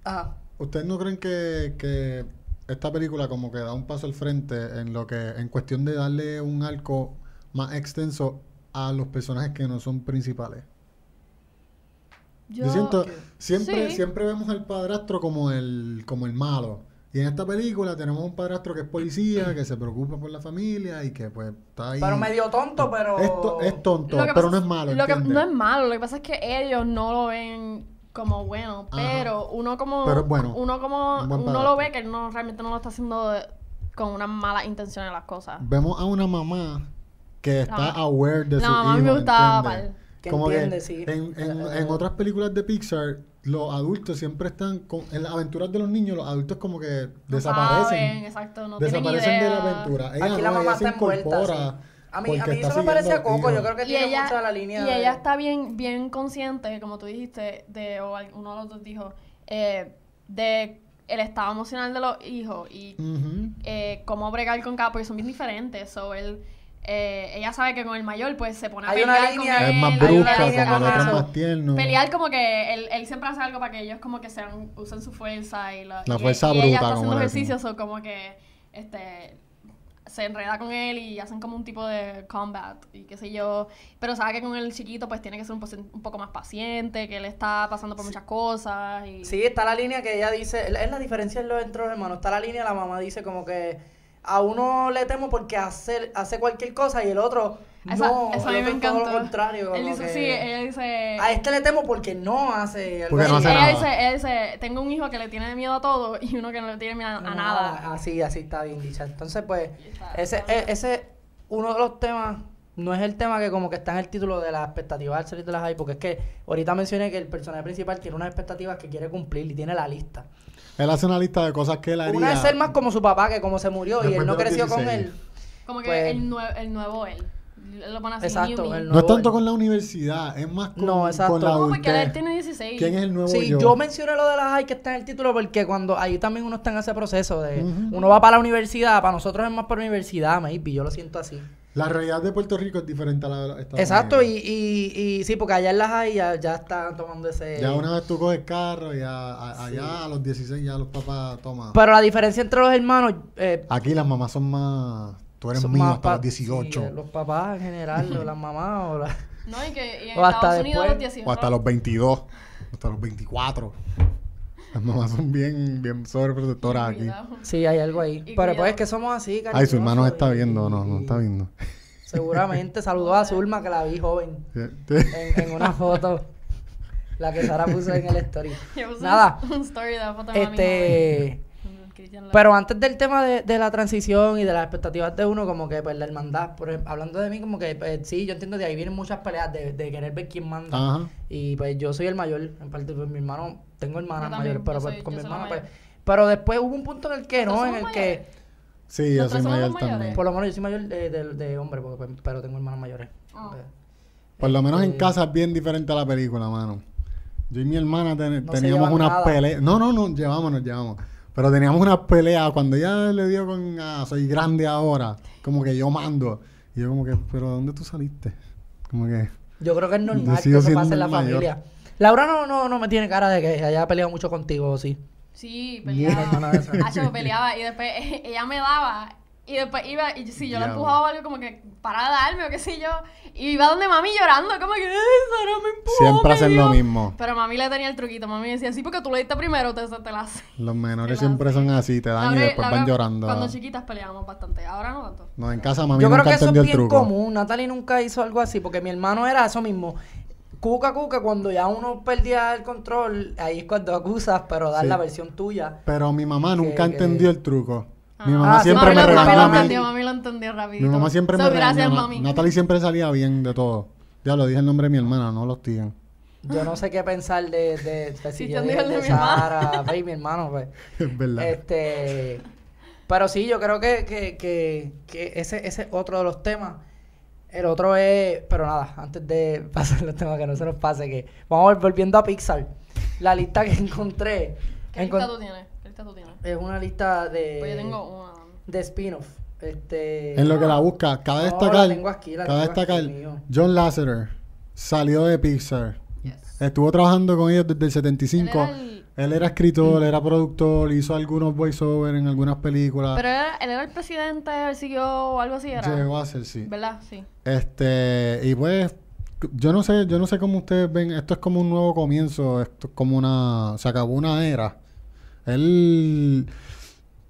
Speaker 1: Ajá.
Speaker 2: ¿Ustedes no creen que, que esta película como que da un paso al frente en lo que en cuestión de darle un arco más extenso a los personajes que no son principales? Yo, siento siempre
Speaker 3: sí.
Speaker 2: siempre vemos al padrastro como el como el malo. Y en esta película tenemos un padrastro que es policía, que se preocupa por la familia y que pues está ahí.
Speaker 1: Pero medio tonto, pero.
Speaker 2: es, to- es tonto,
Speaker 3: Lo que
Speaker 2: pero
Speaker 3: pasa-
Speaker 2: no es malo,
Speaker 3: Lo que,
Speaker 2: ¿entiendes?
Speaker 3: no es malo, lo que pasa es que ellos no lo ven como bueno,
Speaker 2: Ajá.
Speaker 3: pero uno como
Speaker 2: Pero es bueno.
Speaker 3: uno como
Speaker 2: Un buen
Speaker 3: uno
Speaker 2: padrastro.
Speaker 3: lo ve que él no realmente no lo está haciendo de- con unas malas intenciones las cosas.
Speaker 2: Vemos a una mamá que está
Speaker 3: Ah.
Speaker 2: aware de
Speaker 3: La
Speaker 2: su
Speaker 3: mamá
Speaker 2: hijo,
Speaker 3: me gustaba,
Speaker 2: ¿entiendes?
Speaker 3: pal.
Speaker 1: Que
Speaker 2: Como
Speaker 1: entiende, sí.
Speaker 2: en, en-
Speaker 1: Eh,
Speaker 2: en otras películas de Pixar, los adultos siempre están con- en las aventuras de los niños, los adultos como que
Speaker 3: No saben,
Speaker 2: desaparecen.
Speaker 3: exacto, no tienen
Speaker 2: desaparecen de la
Speaker 3: idea.
Speaker 2: aventura. Ella,
Speaker 1: Aquí la
Speaker 2: no,
Speaker 1: mamá
Speaker 2: ella se
Speaker 1: está envuelta. sí.
Speaker 2: incorpora
Speaker 1: A mí, a
Speaker 2: porque
Speaker 1: mí
Speaker 2: está
Speaker 1: eso me parece a
Speaker 2: siguiendo
Speaker 1: Coco.
Speaker 2: los
Speaker 1: Yo creo que
Speaker 3: y
Speaker 1: tiene
Speaker 3: ella,
Speaker 1: mucha la línea.
Speaker 3: y
Speaker 1: de-
Speaker 3: ella está bien, bien consciente, como tú dijiste, de, o al- uno de los dos dijo, eh, de el estado emocional de los hijos y
Speaker 2: Ujú.
Speaker 3: eh, cómo bregar con cada, porque son bien diferentes. So, él, eh, ella sabe que con el mayor pues se pone a
Speaker 1: Hay una
Speaker 3: pelear
Speaker 1: línea-
Speaker 3: con él.
Speaker 2: Es más
Speaker 3: hay
Speaker 1: una
Speaker 2: brusca,
Speaker 1: línea
Speaker 2: con el
Speaker 1: con
Speaker 2: otro es
Speaker 1: eso.
Speaker 2: más tierno.
Speaker 3: Pelear como que él, él siempre hace algo para que ellos como que sean, usen su fuerza y la,
Speaker 2: La
Speaker 3: y-
Speaker 2: fuerza
Speaker 3: y
Speaker 2: bruta,
Speaker 3: ella está
Speaker 2: como
Speaker 3: haciendo
Speaker 2: le
Speaker 3: ejercicios o como que este se enreda con él y hacen como un tipo de combat y qué sé yo. Pero sabe que con el chiquito pues tiene que ser un, posi- un poco más paciente, que él está pasando por muchas cosas y
Speaker 1: Sí, está la línea que ella dice, es la- es la diferencia en los entre hermanos, está la línea, la mamá dice como que a uno le temo porque hace, hace cualquier cosa y el otro
Speaker 3: Esa-
Speaker 1: no,
Speaker 3: eso a
Speaker 1: el
Speaker 3: mí me
Speaker 1: otro es todo
Speaker 3: encantó.
Speaker 1: lo contrario.
Speaker 3: él
Speaker 1: como
Speaker 3: dice,
Speaker 1: que,
Speaker 3: sí, ella dice
Speaker 1: a este le temo porque no hace algo
Speaker 2: Porque no
Speaker 1: así".
Speaker 2: hace
Speaker 3: ella
Speaker 2: nada.
Speaker 3: Pues dice, ella dice, tengo un hijo que le tiene miedo a todo y uno que no le tiene miedo a,
Speaker 1: No,
Speaker 3: nada.
Speaker 1: Así, así está bien dicha. Entonces, pues,
Speaker 3: Está-
Speaker 1: ese
Speaker 3: está
Speaker 1: e- ese uno de los temas, no es el tema que como que está en el título de las expectativas del salir de las hay, porque es que ahorita mencioné que el personaje principal tiene unas expectativas que quiere cumplir y tiene la lista.
Speaker 2: Él hace una lista de cosas que él haría.
Speaker 1: Una es ser más como su papá, que como se murió y
Speaker 2: Después
Speaker 1: él no
Speaker 2: de los
Speaker 1: creció con
Speaker 2: 16.
Speaker 1: él.
Speaker 3: Como que
Speaker 1: Pues-
Speaker 3: el, nue- el nuevo él. Lo pone así.
Speaker 1: Exacto,
Speaker 3: new me.
Speaker 1: el
Speaker 2: no es tanto
Speaker 1: él.
Speaker 2: con la universidad, es más con,
Speaker 1: No,
Speaker 2: con
Speaker 1: exacto.
Speaker 2: la
Speaker 3: No, porque él
Speaker 2: adultez.
Speaker 3: tiene 16.
Speaker 2: ¿Quién es el nuevo
Speaker 1: Sí,
Speaker 2: yo?
Speaker 1: yo. mencioné lo de las hay que está en el título porque cuando ahí también uno está en ese proceso de
Speaker 2: Ujú.
Speaker 1: uno va para la universidad, para nosotros es más para la universidad, maybe, yo lo siento así.
Speaker 2: La realidad de Puerto Rico es diferente a la de los Estados
Speaker 1: Exacto, y,
Speaker 2: Unidos.
Speaker 1: y, y sí, porque allá en las hay ya, ya están tomando ese...
Speaker 2: Ya una vez tú coges carro, ya a-
Speaker 1: eh, Sí.
Speaker 2: allá a los 16 ya los papás toman.
Speaker 1: Pero la diferencia entre los hermanos... Eh,
Speaker 2: Aquí las mamás son más. Tú eres
Speaker 1: son
Speaker 2: mío
Speaker 1: más
Speaker 2: hasta
Speaker 1: pa-
Speaker 2: los 18.
Speaker 1: sí, eh, los papás en general, o las mamás o la-
Speaker 3: No, y que y en
Speaker 1: O hasta
Speaker 3: Estados Unidos
Speaker 1: después.
Speaker 3: a los 18.
Speaker 2: o hasta los 22. Hasta los 24. Las mamás son bien, bien sobreprotectoras aquí.
Speaker 3: Cuidado.
Speaker 1: Sí, hay algo ahí.
Speaker 3: Y
Speaker 1: Pero
Speaker 3: cuidado.
Speaker 1: pues es que somos así,
Speaker 2: Ay, su hermano
Speaker 1: cariñosos
Speaker 2: está
Speaker 1: y-
Speaker 2: viendo, no, no está viendo.
Speaker 1: Seguramente. Saludó a Zulma, que la vi joven.
Speaker 2: Eh,
Speaker 1: En, en una foto. La que Sara puso en el story.
Speaker 3: Yo puse
Speaker 1: Nada.
Speaker 3: Un story de la foto de Mm,
Speaker 1: Este. Pero antes del tema de, de la transición y de las expectativas de uno, como que pues la hermandad, por ejemplo, hablando de mí, como que pues, sí, yo entiendo de ahí vienen muchas peleas de, de querer ver quién manda.
Speaker 2: Ajá.
Speaker 1: Y pues yo soy el mayor, en parte, pues, mi hermano, tengo hermanas
Speaker 3: Yo también,
Speaker 1: mayores, pero
Speaker 3: yo
Speaker 1: pues,
Speaker 3: soy-
Speaker 1: con
Speaker 3: yo
Speaker 1: mi
Speaker 3: soy la
Speaker 1: hermana,
Speaker 3: mayor.
Speaker 1: pues. Pero después hubo un punto en el que no,
Speaker 3: ¿Nosotros
Speaker 1: en el
Speaker 3: somos
Speaker 1: que,
Speaker 3: mayores?
Speaker 2: Sí, yo
Speaker 3: Nosotros
Speaker 2: soy
Speaker 3: somos
Speaker 2: mayor
Speaker 3: mayores.
Speaker 2: también.
Speaker 1: por
Speaker 2: Por,
Speaker 1: lo menos yo soy mayor de, de- de hombre, porque, pues, pero tengo hermanas mayores.
Speaker 3: Ah.
Speaker 1: Pues,
Speaker 2: lo menos en
Speaker 1: Eh,
Speaker 2: casa es bien diferente a la película, mano. Yo y mi hermana ten-
Speaker 1: No se
Speaker 2: teníamos
Speaker 1: llevan
Speaker 2: unas
Speaker 1: nada.
Speaker 2: peleas. No, no, no, llevamos, nos llevamos. Pero teníamos unas peleas. Cuando ella le dio con. ah, soy grande ahora. Como que yo mando. Y yo, como que, ¿pero de dónde tú saliste? Como que.
Speaker 1: Yo creo que es normal
Speaker 2: Yo
Speaker 1: que
Speaker 2: sigo
Speaker 1: eso
Speaker 2: siendo
Speaker 1: pase en la
Speaker 2: el mayor.
Speaker 1: familia. Laura no, no, no me tiene cara de que haya peleado mucho contigo, ¿o sí.
Speaker 3: Sí,
Speaker 2: Bien,
Speaker 3: peleaba. Ah,
Speaker 1: hermana de esa.
Speaker 3: Hacho, peleaba. Y después ella me daba Y después iba, y yo- si yo la
Speaker 2: Diablo.
Speaker 3: empujaba o algo como que para darme o qué sé yo, y iba donde mami llorando, como que, "Ay, Sara me empujó.
Speaker 2: Siempre
Speaker 3: me
Speaker 2: hacen
Speaker 3: dio".
Speaker 2: lo mismo.
Speaker 3: Pero mami le tenía el truquito, mami decía, sí, porque tú le diste primero, te, te la hace.
Speaker 2: Los menores
Speaker 3: Te la
Speaker 2: siempre son así, te dan y
Speaker 3: Laura-
Speaker 2: después
Speaker 3: Laura,
Speaker 2: van llorando.
Speaker 3: Cuando chiquitas peleábamos bastante, ahora no tanto.
Speaker 2: No, en casa mami
Speaker 1: Yo creo
Speaker 2: nunca
Speaker 1: que eso es
Speaker 2: entendió
Speaker 1: bien
Speaker 2: el truco.
Speaker 1: común. Natalie nunca hizo algo así, porque mi hermano era eso mismo. Cuca, cuca, cuando ya uno perdía el control, ahí es cuando acusas, pero das
Speaker 2: Sí.
Speaker 1: la versión tuya.
Speaker 2: Pero mi mamá nunca
Speaker 1: que-
Speaker 2: entendió el truco. Mi
Speaker 3: Ah.
Speaker 2: mamá
Speaker 1: Ah, sí,
Speaker 2: siempre
Speaker 1: mami
Speaker 2: me
Speaker 1: lo- mami lo
Speaker 2: regañó a mí.
Speaker 3: entendió, mami lo entendió rapidito.
Speaker 2: Mi mamá siempre
Speaker 3: So,
Speaker 2: me regañó.
Speaker 3: Gracias,
Speaker 2: Na-
Speaker 3: mami.
Speaker 2: Natalie siempre salía bien de todo. Ya lo dije el nombre de mi hermana, no los tiran.
Speaker 1: Yo no sé qué pensar de, de, de si
Speaker 3: Sí,
Speaker 1: yo
Speaker 3: yo
Speaker 1: dije
Speaker 3: digo el
Speaker 1: de
Speaker 3: de mi hermano.
Speaker 1: Sara, ve, mi hermano, pues.
Speaker 2: Es verdad.
Speaker 1: Este, pero sí, yo creo que, que, que, que ese ese es otro de los temas. El otro es, pero nada, antes de pasar los temas que no se nos pase, que vamos vol- volviendo a Pixar. La lista que encontré
Speaker 3: ¿Qué
Speaker 1: encon- Eh,
Speaker 3: lista tú tienes? ¿Qué lista tú tienes?
Speaker 1: es una lista de,
Speaker 3: Pues yo tengo una.
Speaker 1: de spin-off. Este,
Speaker 2: en lo que la busca, cabe
Speaker 1: No,
Speaker 2: destacar.
Speaker 1: la tengo aquí, la
Speaker 2: cabe
Speaker 1: tengo aquí,
Speaker 2: destacar.
Speaker 1: mío.
Speaker 2: John Lasseter salió de Pixar.
Speaker 3: Yes.
Speaker 2: Estuvo trabajando con ellos desde el 75.
Speaker 3: Él era el-
Speaker 2: Él era escritor, era productor, hizo algunos voiceovers en algunas películas.
Speaker 3: Pero era- él era el presidente, él siguió o algo así, era.
Speaker 2: Llegó a ser, sí.
Speaker 3: ¿Verdad? Sí.
Speaker 2: Este, y pues, yo no sé, yo no sé cómo ustedes ven, esto es como un nuevo comienzo, esto es como una, se acabó una era. Él,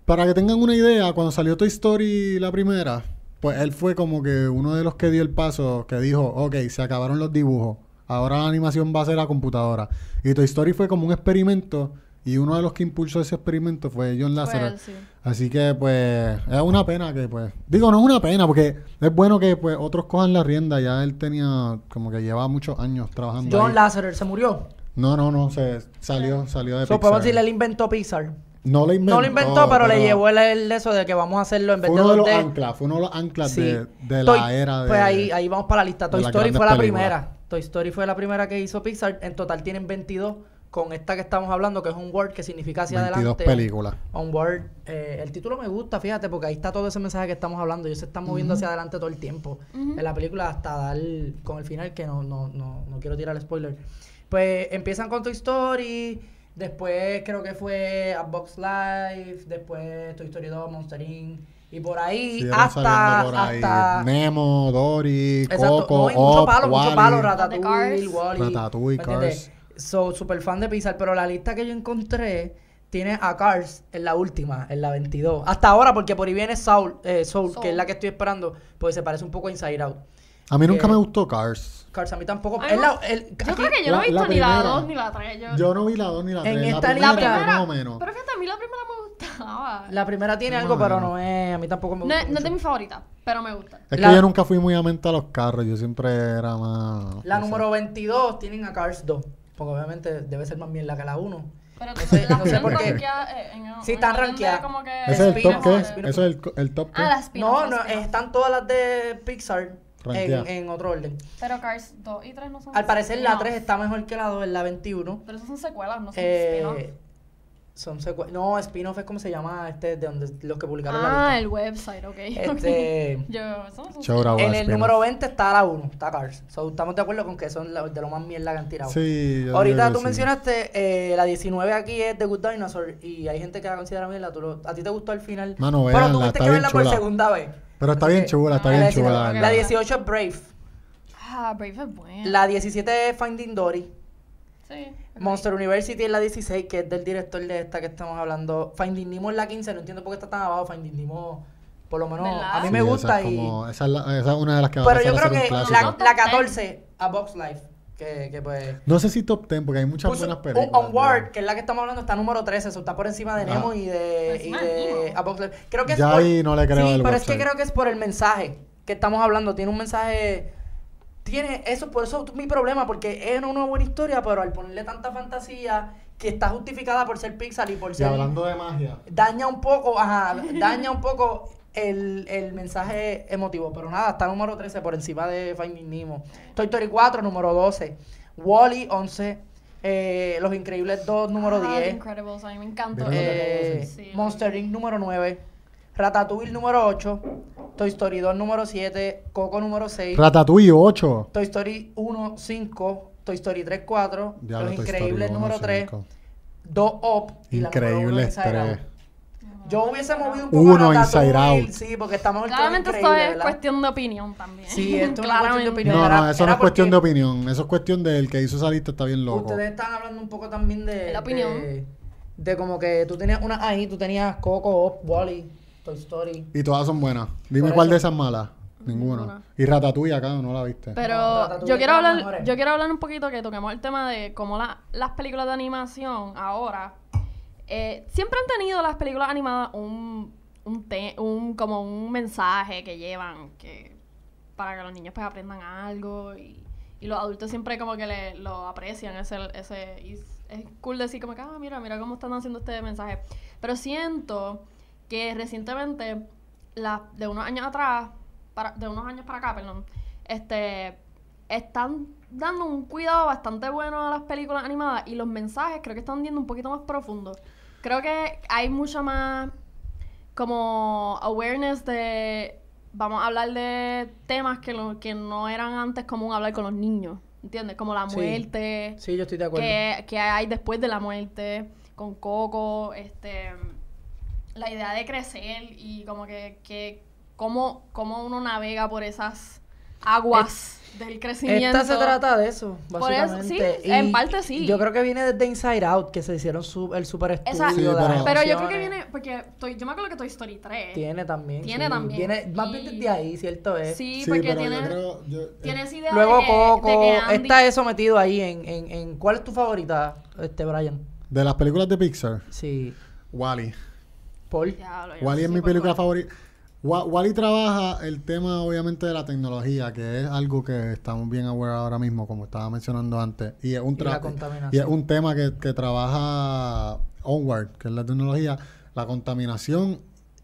Speaker 2: para que tengan una idea, cuando salió Toy Story la primera, pues él fue como que uno de los que dio el paso, que dijo, ok, se acabaron los dibujos, ahora la animación va a ser a computadora. Y Toy Story fue como un experimento, y uno de los que impulsó ese experimento fue John
Speaker 3: Fue
Speaker 2: Lasseter.
Speaker 3: él, sí.
Speaker 2: Así que, pues, es una pena que, pues, digo, no es una pena, porque es bueno que, pues, otros cojan la rienda. Ya él tenía, como que llevaba muchos años trabajando
Speaker 1: John
Speaker 2: ahí.
Speaker 1: Lasseter se murió.
Speaker 2: No, no, no, se salió, salió de
Speaker 1: So, podemos
Speaker 2: Pixar.
Speaker 1: decirle, él inventó Pixar.
Speaker 2: No lo inventó.
Speaker 1: no lo inventó, pero, le llevó el, el eso de que vamos a hacerlo en
Speaker 2: Fue
Speaker 1: vez de
Speaker 2: uno de los
Speaker 1: 2D.
Speaker 2: anclas, fue uno de los anclas
Speaker 1: Sí.
Speaker 2: de, de
Speaker 1: Toy-
Speaker 2: la era de...
Speaker 1: Pues ahí, ahí vamos para la lista. Toy
Speaker 2: de las
Speaker 1: Story fue la
Speaker 2: grandes películas.
Speaker 1: primera. Toy Story fue la primera que hizo Pixar. En total tienen 22 con esta que estamos hablando, que es un word que significa hacia
Speaker 2: 22
Speaker 1: adelante.
Speaker 2: películas.
Speaker 1: Onward, eh, el título me gusta, fíjate, porque ahí está todo ese mensaje que estamos hablando. Ellos se están moviendo hacia adelante todo el tiempo. En la película hasta dar con el final, que no, no, no, no quiero tirar el spoiler. Pues empiezan con Toy Story, después creo que fue A Box Life, después Toy Story 2, Monster Inc. Y por ahí,
Speaker 2: Siguieron
Speaker 1: hasta,
Speaker 2: saliendo por ahí.
Speaker 1: hasta,
Speaker 2: Nemo, Dory,
Speaker 1: Exacto.
Speaker 2: Coco,
Speaker 1: no, y mucho
Speaker 2: Up,
Speaker 1: palo, mucho
Speaker 2: Wally.
Speaker 1: palo,
Speaker 3: Cars.
Speaker 1: Ratatouille, Wally.
Speaker 2: Ratatouille,
Speaker 1: ¿me entiendes? So, super fan de Pixar, pero la lista que yo encontré tiene a Cars en la última, en la 22. Hasta ahora, porque por ahí viene Soul, eh, Soul,
Speaker 3: Soul.
Speaker 1: que es la que estoy esperando, porque se parece un poco a Inside Out.
Speaker 2: A mí nunca
Speaker 1: Eh,
Speaker 2: me gustó Cars.
Speaker 1: Cars a mí tampoco.
Speaker 3: Ay,
Speaker 1: es
Speaker 3: no.
Speaker 1: la- el-
Speaker 3: Yo
Speaker 1: aquí-
Speaker 3: creo que yo no he
Speaker 2: la-
Speaker 3: visto
Speaker 2: la
Speaker 3: ni la
Speaker 2: primera.
Speaker 3: 2 ni la 3. Yo...
Speaker 2: Yo no vi la 2 ni la
Speaker 1: En
Speaker 2: 3. la
Speaker 1: esta
Speaker 2: primera,
Speaker 1: lista-
Speaker 2: fue
Speaker 1: La
Speaker 2: más o menos.
Speaker 3: Pero fíjate, a mí la primera me gustaba.
Speaker 1: la primera tiene
Speaker 2: Más
Speaker 1: algo,
Speaker 2: o
Speaker 1: pero
Speaker 2: menos.
Speaker 1: no es. A mí tampoco
Speaker 3: No,
Speaker 1: me gusta.
Speaker 3: es- no es de
Speaker 1: mucho.
Speaker 3: mis favoritas, pero me gusta.
Speaker 2: Es
Speaker 1: La-
Speaker 2: que yo nunca fui muy amante a los carros, yo siempre era más...
Speaker 1: la
Speaker 2: no sé.
Speaker 1: número 22 tienen a Cars 2, porque obviamente debe ser más bien la que la 1.
Speaker 3: Pero entonces las
Speaker 1: no sé
Speaker 3: pusieron
Speaker 1: por qué.
Speaker 3: rankeadas, eh, en un-
Speaker 1: Sí, están
Speaker 3: en un orden de
Speaker 1: rankeadas.
Speaker 3: como que-
Speaker 2: ¿Ese es el
Speaker 1: spin-off,
Speaker 2: top qué?
Speaker 1: el spin-off.
Speaker 2: ¿Eso es el, co- el top qué?
Speaker 3: Ah, las spin-off,
Speaker 1: No, no,
Speaker 3: las spin-off.
Speaker 1: están todas las de Pixar
Speaker 2: Ranquea.
Speaker 1: en, en otro orden.
Speaker 3: Pero Cars 2 y 3 no son.
Speaker 1: Al parecer la
Speaker 3: spin-off.
Speaker 1: 3 está mejor que la 2, en la 21.
Speaker 3: Pero esas son secuelas, no son
Speaker 1: Eh,
Speaker 3: spin-off.
Speaker 1: son secue- No, spin-off es como se llama este de donde los que publicaron
Speaker 3: Ah,
Speaker 1: la
Speaker 3: el website, ok.
Speaker 1: lista.
Speaker 3: ok.
Speaker 1: Este,
Speaker 3: Yo, eso no son
Speaker 2: Chora, guau,
Speaker 1: en el
Speaker 2: espina.
Speaker 1: número 20 está la 1, está Cars. So, estamos de acuerdo con que son la- de lo más mierda que han tirado.
Speaker 2: Sí, yo
Speaker 1: Ahorita
Speaker 2: diría
Speaker 1: tú
Speaker 2: que sí.
Speaker 1: mencionaste eh, la 19 aquí es The Good Dinosaur y hay gente que la considera mierda. Tú lo- a ti te gustó el final.
Speaker 2: Mano,
Speaker 1: Pero
Speaker 2: véanla,
Speaker 1: tuviste
Speaker 2: está
Speaker 1: que
Speaker 2: bien
Speaker 1: verla por
Speaker 2: chula.
Speaker 1: segunda vez.
Speaker 2: Pero está
Speaker 1: Así
Speaker 2: bien
Speaker 1: que-
Speaker 2: chula, está
Speaker 3: Ah,
Speaker 2: bien
Speaker 1: la,
Speaker 2: chula.
Speaker 1: 19
Speaker 2: la
Speaker 3: ok.
Speaker 1: la
Speaker 2: verdad.
Speaker 1: 18 es Brave.
Speaker 3: Ah, Brave es buena.
Speaker 1: La 17 es Finding Dory.
Speaker 3: Sí. ok.
Speaker 1: Monster University es la 16, que es del director de esta que estamos hablando. Finding Nemo es la 15, no entiendo por qué está tan abajo. Finding Nemo, por lo menos,
Speaker 3: ¿Verdad?
Speaker 1: a mí
Speaker 2: Sí,
Speaker 1: me
Speaker 2: esa
Speaker 1: gusta.
Speaker 2: es
Speaker 1: y
Speaker 2: como- esa, es la- esa es una de las que va a
Speaker 1: Pero yo
Speaker 2: pasar a
Speaker 1: creo
Speaker 2: ser
Speaker 1: que
Speaker 2: un
Speaker 1: la,
Speaker 2: clásico.
Speaker 1: la 14, a Box Life, que, que pues...
Speaker 2: No sé si top 10, porque hay muchas
Speaker 1: puso-
Speaker 2: buenas
Speaker 1: Pues, un
Speaker 2: películas.
Speaker 1: Onward,
Speaker 2: pero-
Speaker 1: que es la que estamos hablando, está número 13, eso está por encima de
Speaker 2: Ah.
Speaker 1: Nemo y de,
Speaker 3: Pues
Speaker 1: y
Speaker 3: más
Speaker 1: de
Speaker 3: Nemo.
Speaker 1: a Box Life. Creo que es
Speaker 2: Ya
Speaker 1: por-
Speaker 2: ahí no le creo
Speaker 1: Sí,
Speaker 2: al
Speaker 1: pero es
Speaker 2: website.
Speaker 1: que creo que es por el mensaje que estamos hablando. Tiene un mensaje... Tiene eso, por eso es mi problema, porque es una buena historia, pero al ponerle tanta fantasía que está justificada por ser Pixar y por
Speaker 2: Y
Speaker 1: ser
Speaker 2: hablando de magia,
Speaker 1: daña un poco, ajá, daña un poco el, el mensaje emotivo. Pero nada, está número 13 por encima de Finding Nemo. Toy Story 4, número 12. Wally, 11. eh, Los Increíbles 2, número
Speaker 3: Ah, The
Speaker 1: 10.
Speaker 3: Incredibles, a mí me encantó.
Speaker 1: eh,
Speaker 3: Sí.
Speaker 1: Monster Inc. número 9. Ratatouille número 8. Toy Story 2, número 7. Coco número 6.
Speaker 2: Ratatouille 8.
Speaker 1: Toy Story 1, 5. Toy Story 3, 4.
Speaker 2: Diablo,
Speaker 1: Los
Speaker 2: Toy Story
Speaker 1: Increíbles
Speaker 2: uno,
Speaker 1: número 3.
Speaker 2: cinco.
Speaker 1: 2 Up. Y la número uno,
Speaker 2: Increíbles
Speaker 1: Inside Out.
Speaker 2: 3.
Speaker 1: Yo hubiese movido un poco
Speaker 2: Uno,
Speaker 1: a
Speaker 2: Inside
Speaker 1: Ratatouille,
Speaker 2: Out.
Speaker 1: Sí, porque estamos en
Speaker 3: Claramente
Speaker 1: todo
Speaker 3: esto es
Speaker 1: increíble, ¿verdad?
Speaker 3: cuestión de opinión también.
Speaker 1: Sí, esto es una cuestión de
Speaker 3: Claramente.
Speaker 1: opinión.
Speaker 2: No, no,
Speaker 1: Era-
Speaker 2: eso no
Speaker 1: era
Speaker 2: es cuestión de
Speaker 1: porque-
Speaker 2: opinión. Eso es cuestión del que hizo esa lista está bien loco.
Speaker 1: Ustedes están hablando un poco también de.
Speaker 3: La opinión.
Speaker 1: De, de como que tú tenías una ahí, tú tenías Coco, Up, Wally, Toy Story.
Speaker 2: Y todas son buenas. Dime
Speaker 1: Por
Speaker 2: cuál
Speaker 1: eso.
Speaker 2: de esas malas. Ninguna.
Speaker 3: Ninguna.
Speaker 2: Y Ratatouille acá no la viste.
Speaker 1: No,
Speaker 3: Pero
Speaker 1: Ratatouille
Speaker 3: yo quiero
Speaker 1: era la
Speaker 3: hablar,
Speaker 1: mejor.
Speaker 3: yo quiero hablar un poquito que toquemos el tema de cómo la- las películas de animación ahora eh, siempre han tenido las películas animadas un, un, te- un como un mensaje que llevan que para que los niños pues aprendan algo y, y los adultos siempre como que le, lo aprecian ese ese y es es cool decir como que ah mira mira cómo están haciendo este mensaje pero siento que recientemente la- de unos años atrás para, de unos años para acá perdón este están dando un cuidado bastante bueno a las películas animadas y los mensajes creo que están yendo un poquito más profundos creo que hay mucha más como awareness de vamos a hablar de temas que, lo- que no eran antes común hablar con los niños, ¿entiendes? Como la
Speaker 1: Sí.
Speaker 3: muerte,
Speaker 1: Sí, yo estoy de acuerdo.
Speaker 3: que, que hay después de la muerte, con Coco, este la idea de crecer y como que, que cómo, cómo uno navega por esas aguas del crecimiento.
Speaker 1: Esta se trata de eso,
Speaker 3: Por eso,
Speaker 1: básicamente.
Speaker 3: sí, en parte sí.
Speaker 1: Yo creo que viene desde Inside Out, que se hicieron su- el super estudio.
Speaker 3: Esa-
Speaker 2: Sí,
Speaker 1: de las
Speaker 2: pero-
Speaker 3: Pero yo creo que
Speaker 1: emociones.
Speaker 3: viene, porque Toy- yo me acuerdo que Toy Story 3
Speaker 1: Tiene también.
Speaker 3: Tiene
Speaker 1: sí.
Speaker 3: también.
Speaker 1: Viene, más bien
Speaker 3: Y-
Speaker 1: desde ahí, ¿cierto? Es.
Speaker 3: Sí, porque tiene,
Speaker 2: yo- eh,
Speaker 3: tiene esa idea
Speaker 1: Luego
Speaker 3: de que, de
Speaker 1: Coco.
Speaker 3: que Andy-
Speaker 1: Está eso metido ahí en, en, en- ¿Cuál es tu favorita, este Brian?
Speaker 2: De las películas de Pixar,
Speaker 1: Sí.
Speaker 2: Wally.
Speaker 1: Paul.
Speaker 3: Diablo, yo no
Speaker 2: Wally
Speaker 3: sé
Speaker 2: es mi
Speaker 3: por
Speaker 2: película
Speaker 3: cuál.
Speaker 2: favorita. Wa- Wally trabaja el tema, obviamente, de la tecnología, que es algo que estamos bien aware ahora mismo, como estaba mencionando antes. Y es un,
Speaker 1: Y
Speaker 2: tra-
Speaker 1: la contaminación.
Speaker 2: y es un tema que, que trabaja Onward, que es la tecnología, la contaminación,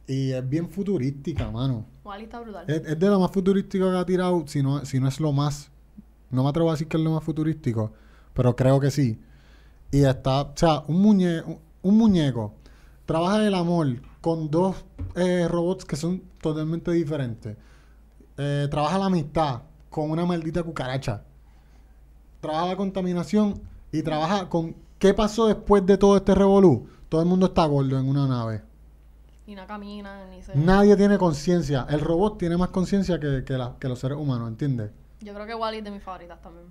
Speaker 2: y es bien futurística, mano.
Speaker 3: Wally está brutal.
Speaker 2: Es, es de lo más futurístico que ha tirado, si no, si no es lo más. No me atrevo a decir que es lo más futurístico, pero creo que sí. Y está, o sea, un, muñe, un, un muñeco trabaja el amor con dos eh, robots que son totalmente diferentes. Eh, trabaja la amistad con una maldita cucaracha. Trabaja la contaminación y trabaja con qué pasó después de todo este revolú. Todo el mundo está gordo en una nave.
Speaker 3: Ni no camina, ni se...
Speaker 2: Nadie tiene conciencia. El robot tiene más conciencia que, que la- que los seres humanos, ¿entiendes?
Speaker 3: Yo creo que Wally es de mis favoritas también.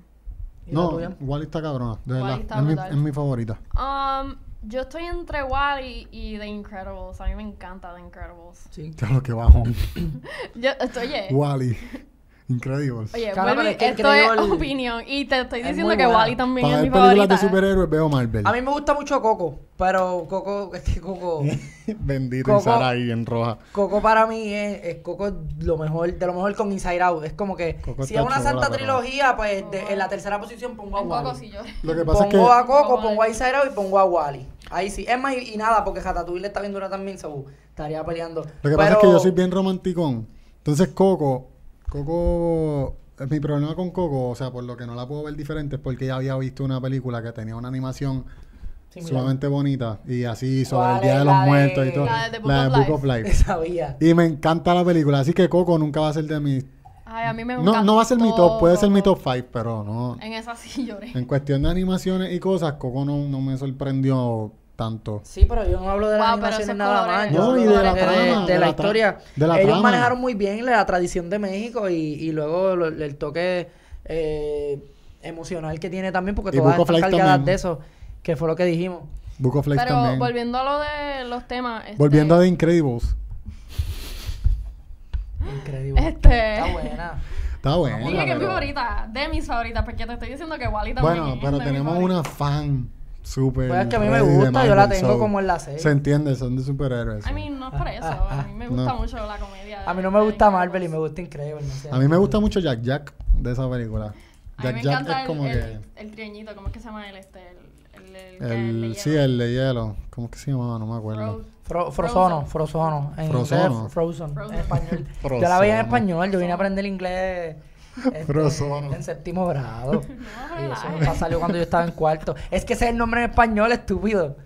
Speaker 1: ¿Y la
Speaker 2: No,
Speaker 1: tuya?
Speaker 2: Wally está cabrona, de
Speaker 3: Wall-E
Speaker 2: verdad.
Speaker 3: está
Speaker 2: es, mi,
Speaker 3: brutal.
Speaker 2: es mi favorita.
Speaker 3: Um, yo estoy entre Wally y The Incredibles. A mí me encanta The Incredibles.
Speaker 1: Sí.
Speaker 2: Ya lo que bajón.
Speaker 3: Yo, esto- oye,
Speaker 2: Wally. Increíble.
Speaker 3: Eh. oye
Speaker 1: Cara,
Speaker 3: vuelvo y-
Speaker 1: pero es que
Speaker 3: esto es
Speaker 1: creo el-
Speaker 3: opinión. Y te estoy
Speaker 1: Es
Speaker 3: diciendo
Speaker 1: muy
Speaker 3: que
Speaker 1: buena.
Speaker 3: Wally también
Speaker 2: Para
Speaker 3: es mi
Speaker 2: ver películas
Speaker 3: favorita. ¿eh?
Speaker 2: de superhéroes veo Marvel.
Speaker 1: A mí me gusta mucho Coco, pero Coco, es que Coco,
Speaker 2: Bendito
Speaker 1: Coco.
Speaker 2: y Sara ahí en roja.
Speaker 1: Coco para mí es, es Coco es lo mejor, de lo mejor con Inside Out. Es como que
Speaker 2: Coco
Speaker 1: si es
Speaker 2: está
Speaker 1: una
Speaker 2: chola,
Speaker 1: santa
Speaker 2: pero-
Speaker 1: trilogía, pues de- en la tercera posición pongo a
Speaker 3: Un poco
Speaker 1: Wally.
Speaker 3: sí yo.
Speaker 2: Lo que pasa es
Speaker 1: Pongo a
Speaker 2: que
Speaker 1: Coco,
Speaker 3: Pongo a
Speaker 1: pongo a
Speaker 3: Wally.
Speaker 1: Inside Out y pongo a Wally. Ahí sí. Es más, y, y nada, porque Ratatouille está bien dura también, so, estaría peleando.
Speaker 2: lo que
Speaker 1: pero,
Speaker 2: pasa es que yo soy bien romanticón. Entonces Coco, Coco eh, mi problema con Coco, o sea, por lo que no la puedo ver diferente es porque ya había visto una película que tenía una animación
Speaker 1: similar.
Speaker 2: sumamente bonita y así sobre
Speaker 1: ¿Cuál
Speaker 2: el Día
Speaker 1: es
Speaker 2: de los
Speaker 1: la de-
Speaker 2: Muertos y todo.
Speaker 3: la de The Book
Speaker 2: La de
Speaker 3: of
Speaker 2: Book
Speaker 3: Life?
Speaker 2: of Life.
Speaker 1: Sabía.
Speaker 2: Y me encanta la película, así que Coco nunca va a ser de mis...
Speaker 3: Ay, a mí me encanta.
Speaker 2: No, no va a ser mi top, puede ser mi
Speaker 3: todo.
Speaker 2: top 5, pero no.
Speaker 3: En esa sí lloré.
Speaker 2: En cuestión de animaciones y cosas, Coco no, no me sorprendió tanto.
Speaker 1: Sí, pero yo no hablo de las
Speaker 3: Wow, pero
Speaker 1: animaciones
Speaker 3: esos
Speaker 1: nada
Speaker 3: colores.
Speaker 1: más. yo
Speaker 2: No,
Speaker 1: hablo
Speaker 2: y de la trama,
Speaker 1: de,
Speaker 2: de la
Speaker 1: la
Speaker 2: tra-
Speaker 1: historia.
Speaker 2: de la
Speaker 1: Ellos
Speaker 2: trama.
Speaker 1: manejaron muy bien la tradición de México y, y luego lo- el toque eh, emocional que tiene también, porque
Speaker 2: Y
Speaker 1: todas
Speaker 2: Book of
Speaker 1: están
Speaker 2: Life
Speaker 1: cargadas
Speaker 2: también.
Speaker 1: de eso, que fue lo que dijimos.
Speaker 2: Book of Life
Speaker 3: Pero
Speaker 2: también.
Speaker 3: volviendo a lo de los temas. este,
Speaker 2: Volviendo a The Incredibles.
Speaker 1: Increíble.
Speaker 3: Este.
Speaker 1: Está buena.
Speaker 2: Está buena.
Speaker 3: Dije que es mi
Speaker 2: pero-
Speaker 3: favorita, de mis favoritas, porque te estoy diciendo que Wally también
Speaker 2: Bueno,
Speaker 3: es
Speaker 2: pero
Speaker 3: de
Speaker 2: tenemos
Speaker 3: mis
Speaker 2: una fan súper...
Speaker 1: Pues es que a mí me
Speaker 2: ready de
Speaker 1: gusta, yo la
Speaker 2: Marvel,
Speaker 1: tengo
Speaker 2: so-
Speaker 1: como en la seis.
Speaker 2: Se entiende, son de superhéroes.
Speaker 3: favoritas. I mean, no
Speaker 1: Ah,
Speaker 3: es por eso, a mí me
Speaker 2: No.
Speaker 3: gusta mucho la comedia.
Speaker 1: A mí
Speaker 3: de-
Speaker 1: no me
Speaker 3: de
Speaker 1: gusta
Speaker 3: Marvel. pues.
Speaker 1: Marvel y me gusta Increíble. no sé.
Speaker 2: A mí me gusta mucho Jack Jack de esa película.
Speaker 3: A mí
Speaker 2: Jack
Speaker 3: me
Speaker 2: Jack
Speaker 3: encanta
Speaker 2: es como
Speaker 3: el,
Speaker 2: que...
Speaker 3: el, el trieñito, ¿cómo es que se llama él? Este, el, el, el, que
Speaker 2: El,
Speaker 3: le
Speaker 2: sí,
Speaker 3: lleva-
Speaker 2: el de hielo. ¿Cómo es que se llamaba? No me acuerdo.
Speaker 3: Fro-
Speaker 1: Fro- Frozono,
Speaker 3: Frozen.
Speaker 1: Frozono. En
Speaker 2: Frozono.
Speaker 1: inglés, Frozen,
Speaker 3: Frozen.
Speaker 1: en español.
Speaker 2: Frozono.
Speaker 1: Yo la veía en español, yo vine a aprender inglés este,
Speaker 2: Frozono.
Speaker 1: en séptimo grado. Y eso
Speaker 3: relajes.
Speaker 1: me pa- salió cuando yo estaba en cuarto. Es que ese es el nombre en español, estúpido.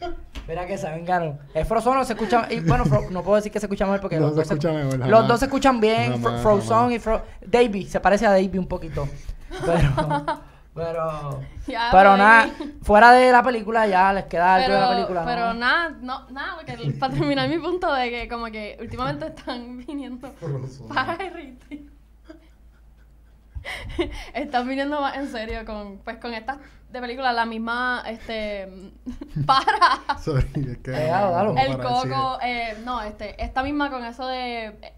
Speaker 1: Verá que saben, gano. Es Frozono, se escucha. Y bueno, Fro- no puedo decir que se escucha mal porque
Speaker 2: No
Speaker 1: los,
Speaker 2: se
Speaker 1: dos,
Speaker 2: escucha mejor,
Speaker 1: los
Speaker 2: jamás.
Speaker 1: dos se escuchan bien.
Speaker 2: Jamás,
Speaker 1: Fro- Frozone
Speaker 2: jamás.
Speaker 1: y Fro. Davey, se parece a Davey un poquito. Pero. Pero.
Speaker 3: Ya,
Speaker 1: pero
Speaker 3: Davey.
Speaker 1: nada, fuera de la película ya les queda algo de la
Speaker 3: Pero,
Speaker 1: película. ¿no?
Speaker 3: pero nada, no, nada, porque para terminar mi punto de que como que últimamente están viniendo para irritar. Están viniendo más en serio con, pues con estas de película, la misma, este, para
Speaker 2: Sorry, es que-
Speaker 1: Eh, dalo, dalo.
Speaker 2: no
Speaker 3: el
Speaker 2: para decir.
Speaker 3: coco, eh, no, este, esta misma con eso de... eh,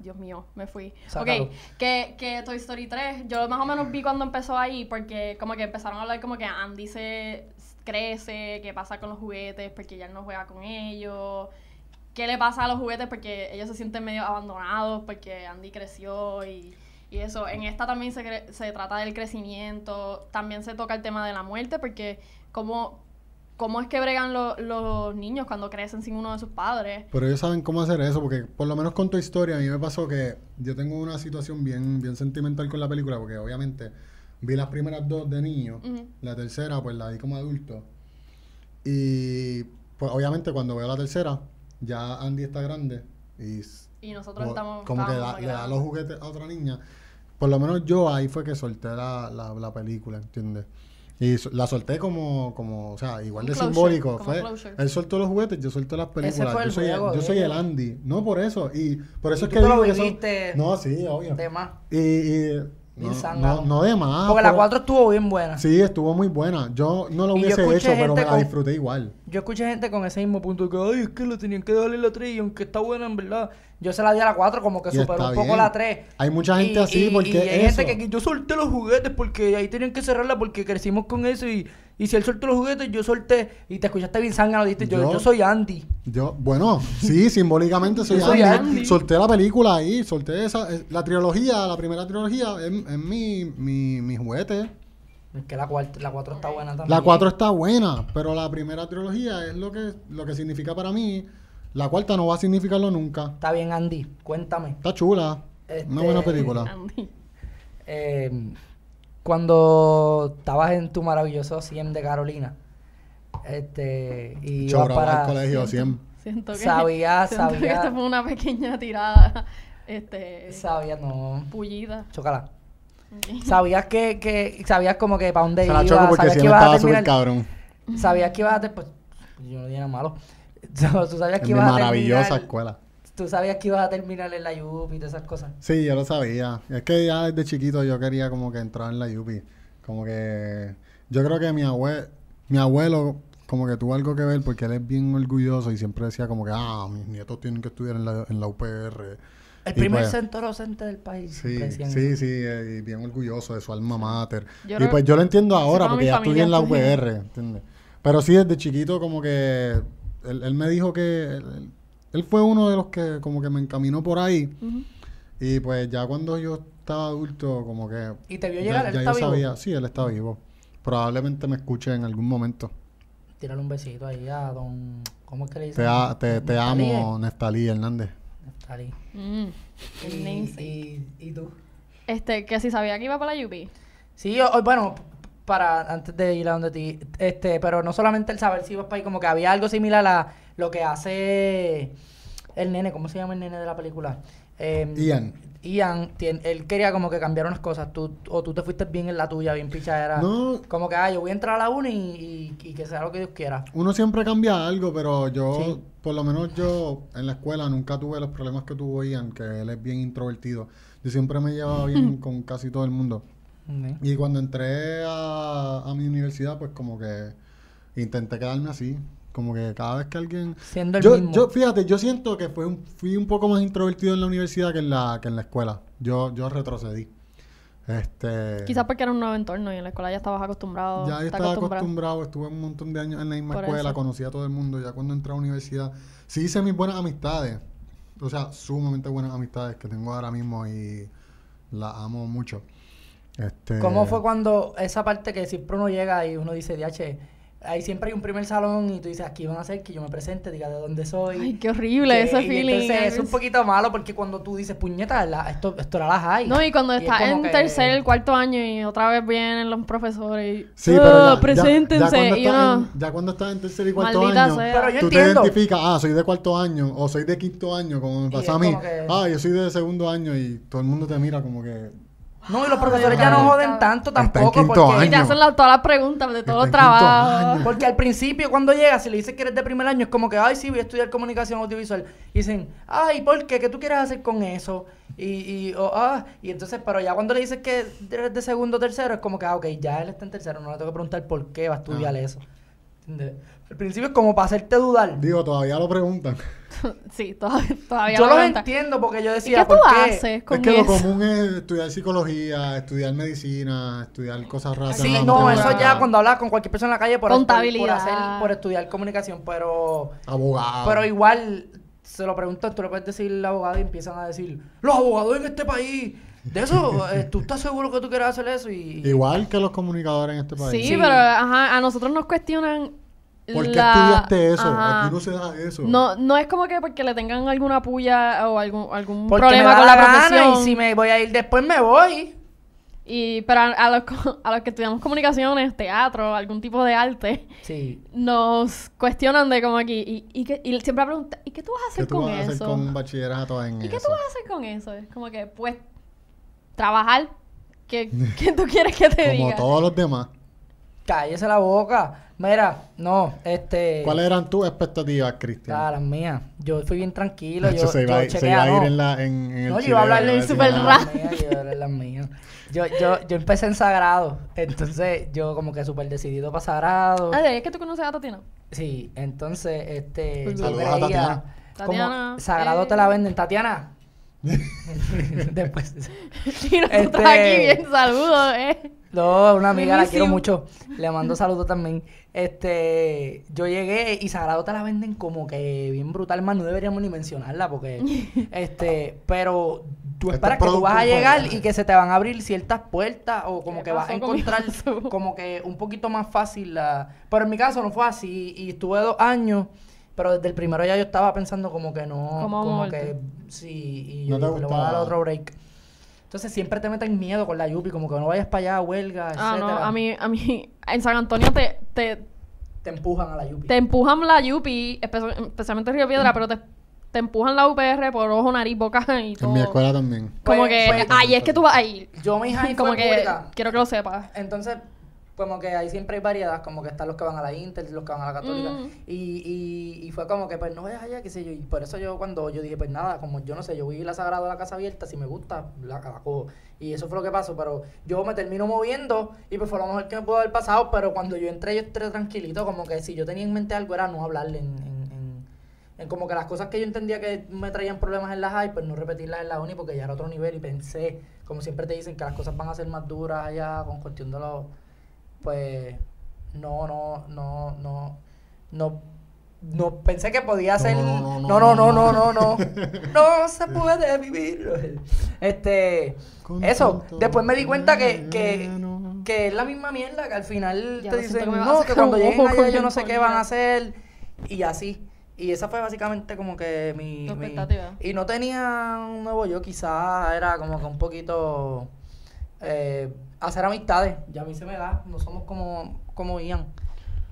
Speaker 3: Dios mío, me fui.
Speaker 1: Sácalo.
Speaker 3: Ok, que, que Toy Story 3, yo más o menos vi cuando empezó ahí, porque como que empezaron a hablar como que Andy se crece, qué pasa con los juguetes, porque ya él no juega con ellos, qué le pasa a los juguetes, porque ellos se sienten medio abandonados, porque Andy creció y, y eso. En esta también se, cre- se trata del crecimiento, también se toca el tema de la muerte, porque cómo, cómo es que bregan lo- los niños cuando crecen sin uno de sus padres.
Speaker 2: Pero ellos saben cómo hacer eso, porque por lo menos con tu historia a mí me pasó que yo tengo una situación bien, bien sentimental con la película, porque obviamente vi las primeras dos de niño,
Speaker 3: Ujú.
Speaker 2: la tercera pues la vi como adulto, y pues obviamente cuando veo la tercera, ya Andy está grande y s-
Speaker 3: Y nosotros
Speaker 2: como-
Speaker 3: estamos...
Speaker 2: como que
Speaker 3: estábamos
Speaker 2: da- le da
Speaker 3: grandes.
Speaker 2: los juguetes a otra niña. Por lo menos yo ahí fue que solté la, la, la película, ¿entiendes? Y so- la solté como, como, o sea, igual
Speaker 3: Un
Speaker 2: de
Speaker 3: closure,
Speaker 2: simbólico.
Speaker 3: como
Speaker 2: Fue,
Speaker 3: closure.
Speaker 2: él soltó los juguetes, yo solté las películas.
Speaker 1: fue el
Speaker 2: yo soy,
Speaker 1: juego
Speaker 2: yo
Speaker 1: de
Speaker 2: soy el
Speaker 1: ellos.
Speaker 2: Andy. No por eso. Y por eso
Speaker 1: Y
Speaker 2: es
Speaker 1: tú
Speaker 2: que
Speaker 1: te lo
Speaker 2: digo que son-
Speaker 1: viviste
Speaker 2: No, sí, obvio.
Speaker 1: De más.
Speaker 2: Y, y
Speaker 1: Bien
Speaker 2: no,
Speaker 1: zángano.
Speaker 2: no, no de más.
Speaker 1: Porque la
Speaker 2: Ah, pero-
Speaker 1: 4 estuvo bien buena.
Speaker 2: Sí, estuvo muy buena. Yo no lo
Speaker 1: Y yo
Speaker 2: hubiese
Speaker 1: escuché
Speaker 2: hecho, pero
Speaker 1: gente
Speaker 2: me la
Speaker 1: con-
Speaker 2: disfruté igual.
Speaker 1: Yo escuché gente con ese mismo punto de que, ay, es que le tenían que darle la 3 y aunque está buena, en verdad. Yo se la di a la 4 como que
Speaker 2: Y
Speaker 1: superó
Speaker 2: está
Speaker 1: un poco
Speaker 2: bien.
Speaker 1: la 3.
Speaker 2: Hay mucha gente
Speaker 1: Y-
Speaker 2: así
Speaker 1: y-
Speaker 2: porque
Speaker 1: y hay
Speaker 2: eso.
Speaker 1: gente que yo solté los juguetes porque ahí tenían que cerrarla porque crecimos con eso y, y si él soltó los juguetes, yo solté y te escuchaste bien sangre, dijiste, yo,
Speaker 2: Yo-
Speaker 1: yo soy Andy.
Speaker 2: Yo, bueno, sí, simbólicamente soy,
Speaker 1: Yo soy
Speaker 2: Andy.
Speaker 3: Andy.
Speaker 2: Solté la película ahí, solté esa, eh, la trilogía, la primera trilogía, es, es mi, mi, mi juguete.
Speaker 1: Es que la 4 la cuatro está buena también.
Speaker 2: La 4 está buena, pero la primera trilogía es lo que, lo que significa para mí. La cuarta no va a significarlo nunca.
Speaker 1: Está bien, Andy, cuéntame.
Speaker 2: Está chula,
Speaker 1: Este,
Speaker 2: una buena película.
Speaker 3: Andy.
Speaker 1: Eh, cuando estabas en tu maravilloso 100 de Carolina, este, y
Speaker 2: Yo
Speaker 1: ibas
Speaker 2: para
Speaker 1: para...
Speaker 2: al colegio siempre.
Speaker 3: Siento que.
Speaker 1: Sabía,
Speaker 3: siento que
Speaker 1: sabía.
Speaker 3: esto fue una pequeña tirada. Este.
Speaker 1: Sabía, no,
Speaker 3: Pullida.
Speaker 1: chócala. Sabías que, que, sabías como que para dónde
Speaker 2: Se la
Speaker 1: iba,
Speaker 2: choco porque
Speaker 1: sabías
Speaker 2: si
Speaker 1: que
Speaker 2: no
Speaker 1: ibas a
Speaker 2: estaba súper
Speaker 1: terminar,
Speaker 2: cabrón.
Speaker 1: sabías que ibas a, ter- pues, yo no dije nada malo, tú
Speaker 2: Es
Speaker 1: sabías que
Speaker 2: mi
Speaker 1: ibas a
Speaker 2: maravillosa
Speaker 1: terminar,
Speaker 2: escuela.
Speaker 1: tú sabías que ibas a terminar en la Yupi y todas esas cosas.
Speaker 2: Sí, yo lo sabía. Es que ya desde chiquito yo quería como que entrar en la Yupi. Como que yo creo que mi abue- mi abuelo como que tuvo algo que ver porque él es bien orgulloso y siempre decía como que, ah, mis nietos tienen que estudiar en la, en la UPR.
Speaker 1: El
Speaker 2: Y
Speaker 1: primer
Speaker 2: pues,
Speaker 1: centro docente del país.
Speaker 2: Sí,
Speaker 1: siempre decían eso.
Speaker 2: sí, sí, eh, y bien orgulloso de su alma mater.
Speaker 3: Yo
Speaker 2: y
Speaker 3: creo-
Speaker 2: pues yo lo entiendo ahora
Speaker 3: toda
Speaker 2: porque
Speaker 3: mi
Speaker 2: ya estudié en la
Speaker 3: familia estudia.
Speaker 2: UPR, ¿entiendes? Pero sí, desde chiquito como que él, él me dijo que... Él, él- él fue uno de los que como que me encaminó por ahí.
Speaker 3: Ujú.
Speaker 2: Y pues ya cuando yo estaba adulto, como que...
Speaker 1: Y te vio
Speaker 2: ya-
Speaker 1: llegar, él
Speaker 2: ya
Speaker 1: está
Speaker 2: yo
Speaker 1: vivo.
Speaker 2: sabía, sí, él está vivo. Probablemente me escuche en algún momento.
Speaker 1: Tírale un besito ahí a don. ¿Cómo es que le dicen?
Speaker 2: Te, a- te, te
Speaker 1: Neftalí,
Speaker 2: amo, Nestalí Hernández.
Speaker 1: ¿eh? Neftalí.
Speaker 3: Mm. El
Speaker 1: Y,
Speaker 3: Nancy.
Speaker 1: y, y tú.
Speaker 3: Este, que si sabía que iba para la
Speaker 2: Eh.
Speaker 3: Yupi.
Speaker 1: Sí, yo- oh, bueno, p- para antes de ir a donde ti, este, pero no solamente el saber si ibas para ahí, como que había algo similar a lo que hace el nene, ¿cómo se llama el nene de la película? Eh,
Speaker 2: Ian.
Speaker 1: Ian, tien- él quería como que cambiar unas cosas, tú, o tú te fuiste bien en la tuya, bien pichadera.
Speaker 2: No.
Speaker 1: Como que, ah, yo voy a entrar a la uni y, y- y que sea lo que Dios quiera.
Speaker 2: Uno siempre cambia algo, pero yo,
Speaker 1: Sí.
Speaker 2: por lo menos yo en la escuela nunca tuve los problemas que tuvo Ian, que él es bien introvertido. Yo siempre me llevaba bien con casi todo el mundo.
Speaker 1: Ok.
Speaker 2: Y cuando entré a, a mi universidad, pues como que intenté quedarme así. Como que cada vez que alguien...
Speaker 1: Siendo el
Speaker 2: yo,
Speaker 1: mismo.
Speaker 2: yo, fíjate, yo siento que fue un- fui un poco más introvertido en la universidad que en la, que en la escuela. Yo, yo retrocedí. Este,
Speaker 3: Quizás porque era un nuevo entorno y en la escuela ya estabas acostumbrado.
Speaker 2: ya yo
Speaker 3: está
Speaker 2: estaba acostumbrado, estuve un montón de años en la misma
Speaker 3: Por
Speaker 2: escuela,
Speaker 3: eso.
Speaker 2: conocí a todo el mundo. Ya cuando entré a la universidad, sí hice mis buenas amistades. O sea, sumamente buenas amistades que tengo ahora mismo y las amo mucho. Este,
Speaker 1: ¿Cómo fue cuando esa parte que siempre uno llega y uno dice, DH, ahí siempre hay un primer salón y tú dices, aquí van a ser que yo me presente, diga de dónde soy?
Speaker 3: Ay, qué horrible
Speaker 1: Que-
Speaker 3: ese
Speaker 1: y
Speaker 3: feeling.
Speaker 1: Entonces
Speaker 3: Ay,
Speaker 1: es un
Speaker 3: sí.
Speaker 1: poquito malo porque cuando tú dices, puñeta, la- esto, esto era la high.
Speaker 3: No, y cuando
Speaker 1: es
Speaker 3: estás
Speaker 1: como
Speaker 3: en
Speaker 1: que-
Speaker 3: tercer, cuarto año y otra vez vienen los profesores y.
Speaker 2: Sí, pero
Speaker 3: "Ah,
Speaker 2: ya- ya-
Speaker 3: preséntense.
Speaker 2: Ya,
Speaker 3: y
Speaker 2: cuando, estás
Speaker 3: uno,
Speaker 2: en, ya cuando estás en tercer y cuarto
Speaker 3: Maldita
Speaker 2: año,
Speaker 3: sea.
Speaker 1: Pero yo
Speaker 2: tú
Speaker 1: entiendo.
Speaker 2: te identificas, ah, soy de cuarto año o soy de quinto año, como me
Speaker 1: Y
Speaker 2: pasa
Speaker 1: es
Speaker 2: a mí.
Speaker 1: como que-
Speaker 2: Ah, yo soy de segundo año y todo el mundo te mira como que,
Speaker 1: No, y los profesores ya no
Speaker 2: Cabrón.
Speaker 1: joden tanto
Speaker 2: Está en
Speaker 1: tampoco.
Speaker 2: quinto
Speaker 1: porque,
Speaker 3: Y te
Speaker 2: Año.
Speaker 3: hacen la- todas las preguntas de todos los
Speaker 2: Está en quinto año.
Speaker 3: trabajos.
Speaker 1: Porque al principio, cuando llegas, si le dices que eres de primer año, es como que, ay, sí, voy a estudiar comunicación audiovisual. Y dicen, ay, ¿por qué? ¿Qué tú quieres hacer con eso? Y, y, o, ah, y entonces, pero ya cuando le dices que eres de segundo o tercero, es como que, ah, ok, ya él está en tercero, no le tengo que preguntar por qué va a estudiar
Speaker 2: Ah.
Speaker 1: eso. ¿Entiendes? Al principio es como para hacerte dudar.
Speaker 2: Digo, todavía lo preguntan.
Speaker 3: Sí, todavía, todavía
Speaker 1: yo
Speaker 3: lo
Speaker 1: los
Speaker 3: aguanta.
Speaker 1: entiendo porque yo
Speaker 3: ¿Y
Speaker 1: decía,
Speaker 3: qué tú
Speaker 1: ¿por qué?
Speaker 3: haces
Speaker 2: Es
Speaker 3: con
Speaker 2: que lo
Speaker 3: eso?
Speaker 2: común es estudiar psicología, estudiar medicina, estudiar cosas raras.
Speaker 1: Sí,
Speaker 3: Ajá,
Speaker 1: no,
Speaker 3: no,
Speaker 1: eso
Speaker 3: no.
Speaker 1: ya cuando hablas con cualquier persona en la calle por, por- por,
Speaker 3: Contabilidad.
Speaker 1: hacer, por estudiar comunicación, pero...
Speaker 2: Abogado.
Speaker 1: Pero igual, se lo preguntan, tú le puedes decir al abogado y empiezan a decir, los abogados en este país, de eso, eh, ¿tú estás seguro que tú quieres hacer eso? Y,
Speaker 2: Igual que los comunicadores en este país.
Speaker 3: Sí,
Speaker 1: Sí.
Speaker 3: pero ajá, a nosotros nos cuestionan.
Speaker 2: ¿Por qué
Speaker 3: la-
Speaker 2: estudiaste eso?
Speaker 3: ajá.
Speaker 2: Aquí no se da eso.
Speaker 3: No, no es como que porque le tengan alguna puya o algún, algún
Speaker 1: porque
Speaker 3: problema
Speaker 1: me da
Speaker 3: con la,
Speaker 1: la, gana
Speaker 3: profesión.
Speaker 1: y si me voy a ir después me voy.
Speaker 3: Y- pero a, a los, co- a los que estudiamos comunicaciones, teatro, algún tipo de arte,
Speaker 1: Sí.
Speaker 3: nos cuestionan de como aquí. Y, y, que- y siempre la pregunta, ¿y qué tú vas a
Speaker 2: ¿Qué
Speaker 3: hacer
Speaker 2: tú
Speaker 3: con
Speaker 2: vas a hacer
Speaker 3: eso?
Speaker 2: con un bachillerato en
Speaker 3: ¿Y qué
Speaker 2: eso?
Speaker 3: tú vas a hacer con eso? Es como que, pues, trabajar. ¿Qué, qué tú quieres que te
Speaker 2: Como
Speaker 3: diga?
Speaker 2: todos los demás.
Speaker 1: Cállese la boca. Mira, no, este...
Speaker 2: ¿Cuáles eran tus expectativas, Cristian?
Speaker 1: Ah, las mías. Yo fui bien tranquilo.
Speaker 2: Nacho
Speaker 1: yo,
Speaker 2: se iba,
Speaker 1: yo
Speaker 2: a ir- se
Speaker 1: chequea,
Speaker 2: iba a ir
Speaker 1: no.
Speaker 2: en, la, en, en el
Speaker 1: No, yo iba a hablarle
Speaker 2: chileo,
Speaker 3: súper
Speaker 2: decir,
Speaker 1: Yo
Speaker 2: ah,
Speaker 1: era la mía, yo era la mía. Yo, yo, yo empecé en sagrado. Entonces, yo como que súper decidido para sagrado.
Speaker 3: Ah, es que tú conoces a Tatiana.
Speaker 1: Sí, entonces, este.
Speaker 3: Pues
Speaker 1: yo
Speaker 2: Saludos a
Speaker 1: veía
Speaker 2: Tatiana.
Speaker 1: como
Speaker 3: Tatiana,
Speaker 1: sagrado
Speaker 3: eh.
Speaker 1: te la venden, Tatiana. Después.
Speaker 3: Y nosotros
Speaker 1: Este-
Speaker 3: aquí bien, saludos, eh.
Speaker 1: No, una amiga la quiero
Speaker 3: Buenísimo.
Speaker 1: mucho. Le mando saludos también. Este, yo llegué y Sagrado te la venden como que bien brutal, más no deberíamos ni mencionarla porque este, pero tú
Speaker 2: Este
Speaker 1: esperas que tú vas a
Speaker 2: producto,
Speaker 1: llegar
Speaker 2: pues,
Speaker 1: y que se te van a abrir ciertas puertas o como
Speaker 3: ¿Qué
Speaker 1: que vas a
Speaker 3: pasó con mi
Speaker 1: encontrar
Speaker 3: vaso?
Speaker 1: como que un poquito más fácil la, pero en mi caso no fue así y estuve dos años, pero desde el primero ya yo estaba pensando como que no,
Speaker 3: ¿Cómo
Speaker 1: como
Speaker 3: moverte?
Speaker 1: que sí y
Speaker 2: No
Speaker 1: yo
Speaker 2: te
Speaker 1: dije, le voy a dar
Speaker 2: gustaba.
Speaker 1: otro break. Entonces siempre te meten miedo con la Yupi, como que no vayas para allá, huelga,
Speaker 3: Ah, no,
Speaker 1: etcétera.
Speaker 3: a mí, a mí, en San Antonio te, te,
Speaker 1: Te empujan a la Yupi.
Speaker 3: te empujan la Yupi, espe- especialmente Río Piedra, pero te, te empujan la UPR por ojo, nariz, boca y todo.
Speaker 2: En mi escuela también.
Speaker 3: Como
Speaker 1: Pues-
Speaker 3: que,
Speaker 1: pues-
Speaker 3: ahí es que tú vas a ir.
Speaker 1: Yo mi hija
Speaker 3: Como
Speaker 1: fue
Speaker 3: que,
Speaker 1: pública.
Speaker 3: quiero que lo sepas.
Speaker 1: Entonces, como que ahí siempre hay variedad, como que están los que van a la Inter, los que van a la Católica.
Speaker 3: Mm.
Speaker 1: Y, y, y fue como que, pues no vayas allá, qué sé yo. Y por eso yo cuando yo dije, pues nada, como yo no sé, yo voy a ir a Sagrado a la Casa Abierta, si me gusta, la, la cojo. Y eso fue lo que pasó, pero yo me termino moviendo y pues fue lo mejor que me pudo haber pasado, pero cuando yo entré, yo entré tranquilito, como que si yo tenía en mente algo era no hablarle en... en- en- en como que las cosas que yo entendía que me traían problemas en la high, pues no repetirlas en la uni porque ya era otro nivel y pensé, como siempre te dicen, que las cosas van a ser más duras allá con cuestión de los... Pues no, no, no, no, no, no, pensé que podía
Speaker 2: No,
Speaker 1: ser...
Speaker 2: no, no,
Speaker 1: No,
Speaker 2: no,
Speaker 1: no, no, no, no,
Speaker 2: no.
Speaker 1: no. No se puede vivir. Este...
Speaker 2: Con
Speaker 1: Eso,
Speaker 2: tanto
Speaker 1: después me di cuenta que, que,
Speaker 2: veneno.
Speaker 1: que es la misma mierda que al final
Speaker 3: Ya
Speaker 1: te
Speaker 3: lo siento
Speaker 1: dicen,
Speaker 3: que me va a
Speaker 1: no,
Speaker 3: hacer
Speaker 1: que cuando
Speaker 3: un
Speaker 1: lleguen
Speaker 3: ojo con
Speaker 1: allá yo no sé qué
Speaker 3: melancolía".
Speaker 1: van a hacer y así. Y esa fue básicamente como que mi...
Speaker 3: Tu
Speaker 1: mi-
Speaker 3: expectativa.
Speaker 1: y no tenía un nuevo yo, quizás era como que un poquito eh, hacer amistades. Ya a mí se me da, no somos como, como Ian,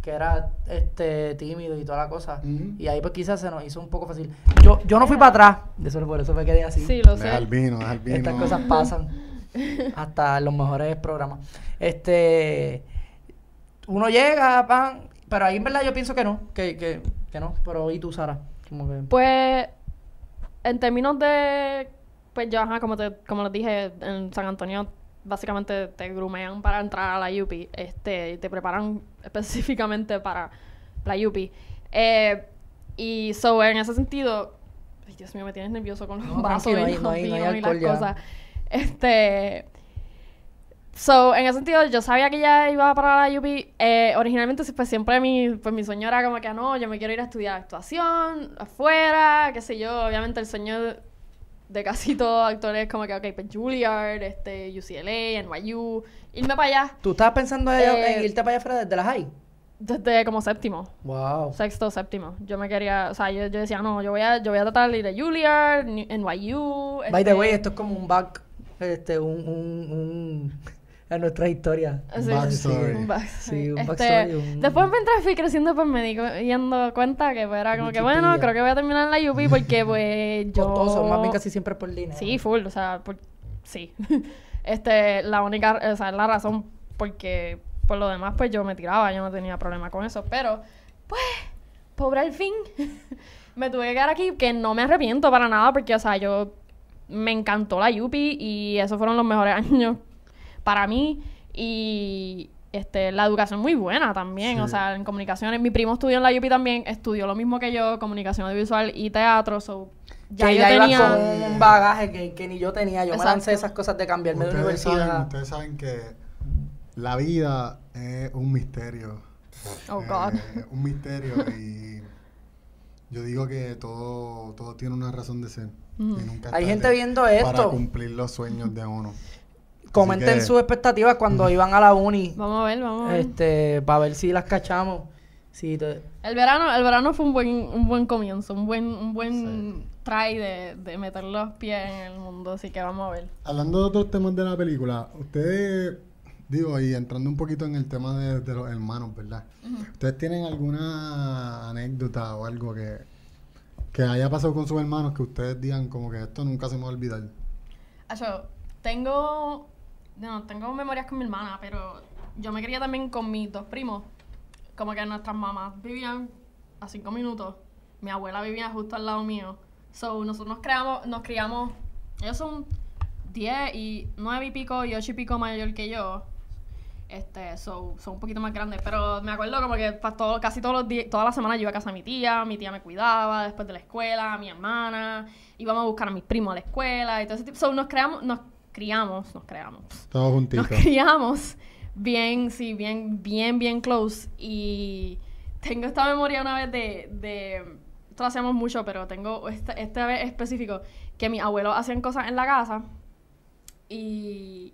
Speaker 1: que era este tímido y toda la cosa.
Speaker 2: Ujú.
Speaker 1: Y ahí pues quizás se nos hizo un poco fácil. Yo, yo no fui para atrás, de eso, por eso me quedé así.
Speaker 3: Sí, lo
Speaker 2: Deja
Speaker 3: sé.
Speaker 2: el vino, deja el vino.
Speaker 1: Estas cosas pasan hasta en los mejores programas. Este, uno llega, pan, pero ahí en verdad yo pienso que no, que, que, que no. Pero ¿y tú, Sara? Como que...
Speaker 3: Pues, en términos de, pues yo, ajá, como, te, como les dije, en San Antonio básicamente te grumean para entrar a la UPI, este, y te preparan específicamente para la UPI. Eh, y so, en ese sentido, ay, Dios mío, me tienes nervioso con los
Speaker 1: No,
Speaker 3: vasos
Speaker 1: tranquilo,
Speaker 3: y
Speaker 1: ahí
Speaker 3: los
Speaker 1: no hay- no hay
Speaker 3: vinos y las
Speaker 1: alcohol ya.
Speaker 3: cosas. Este, So, en ese sentido, yo sabía que ya iba para la UP. Eh, originalmente, sí, pues siempre mi, pues, mi sueño era como que, no, yo me quiero ir a estudiar actuación, afuera, qué sé yo. Obviamente, el sueño de, de casi todos actores como que, ok, pues Juilliard, este, UCLA, NYU, irme para allá
Speaker 1: ¿Tú estabas pensando en,
Speaker 3: Eh,
Speaker 1: en irte para allá afuera desde las high?
Speaker 3: desde como séptimo,
Speaker 1: Wow.
Speaker 3: sexto, séptimo. Yo me quería, o sea, yo, yo decía, no, yo voy a, yo voy a tratar de ir a Juilliard, ni- NYU.
Speaker 1: By the
Speaker 3: este,
Speaker 1: way, esto es como un back, este, un, un, un a nuestra historia.
Speaker 3: Sí, sí,
Speaker 2: backstory.
Speaker 3: sí, un backstory.
Speaker 1: Sí, un
Speaker 3: Este,
Speaker 1: backstory, un-
Speaker 3: Después mientras fui creciendo, pues me di cu- yendo cuenta que pues, era como que,
Speaker 1: Wikipedia.
Speaker 3: bueno, creo que voy a terminar en la UP porque pues yo...
Speaker 1: Costoso, más bien casi siempre por dinero.
Speaker 3: Sí, full, o sea, por- sí. Este, la única, o sea, es la razón porque por lo demás, pues yo me tiraba, yo no tenía problema con eso. Pero, pues, pobre al fin, me tuve que quedar aquí, que no me arrepiento para nada, porque, o sea, yo me encantó la Yupi y esos fueron los mejores años para mí. Y este, la educación muy buena también,
Speaker 2: Sí.
Speaker 3: o sea, en comunicaciones. Mi primo estudió en la Yupi también, estudió lo mismo que yo, comunicación audiovisual y teatro, so, ya
Speaker 1: que
Speaker 3: yo
Speaker 1: ya iba
Speaker 3: tenía...
Speaker 1: con un bagaje que, que ni yo tenía. Yo me
Speaker 3: Exacto.
Speaker 1: lancé esas cosas de cambiarme de
Speaker 2: Ustedes
Speaker 1: universidad.
Speaker 2: saben, ustedes saben que la vida es un misterio.
Speaker 3: Oh,
Speaker 2: Eh,
Speaker 3: God.
Speaker 2: un misterio y yo digo que todo, todo tiene una razón de ser. Y
Speaker 3: Ujú.
Speaker 2: nunca es
Speaker 1: Hay
Speaker 2: tarde
Speaker 1: gente viendo
Speaker 2: Para
Speaker 1: esto.
Speaker 2: cumplir los sueños de uno.
Speaker 1: Comenten
Speaker 2: que-
Speaker 1: sus expectativas cuando iban a la uni.
Speaker 3: Vamos a ver, vamos a ver.
Speaker 1: Este, para ver si las cachamos. Si te-
Speaker 3: El verano, el verano fue un buen, un buen comienzo, un buen, un buen try de, de meter los pies en el mundo, así que vamos a ver.
Speaker 2: Hablando de otros temas de la película, ustedes, digo, y entrando un poquito en el tema de, de los hermanos, ¿verdad? ¿Ustedes tienen alguna anécdota o algo que, que haya pasado con sus hermanos que ustedes digan como que esto nunca se me va a olvidar?
Speaker 3: Acho, tengo, no, tengo memorias con mi hermana, pero yo me quería también con mis dos primos. Como que nuestras mamás vivían a cinco minutos, mi abuela vivía justo al lado mío. So, nosotros nos creamos, nos criamos, ellos son 10 y 9 y pico y 8 y pico mayor que yo. Este, so, son un poquito más grandes, pero me acuerdo como que pa- todo, casi todos los días, toda la semana yo iba a casa de mi tía, mi tía me cuidaba después de la escuela, a mi hermana, íbamos a buscar a mis primos a la escuela y todo ese tipo. So, nos creamos, nos criamos, nos creamos.
Speaker 2: Todos
Speaker 3: Nos
Speaker 2: juntitos.
Speaker 3: criamos bien, sí, bien, bien, bien close. Y tengo esta memoria una vez de. de esto lo hacemos mucho, pero tengo esta, esta vez específico que mis abuelos hacían cosas en la casa y.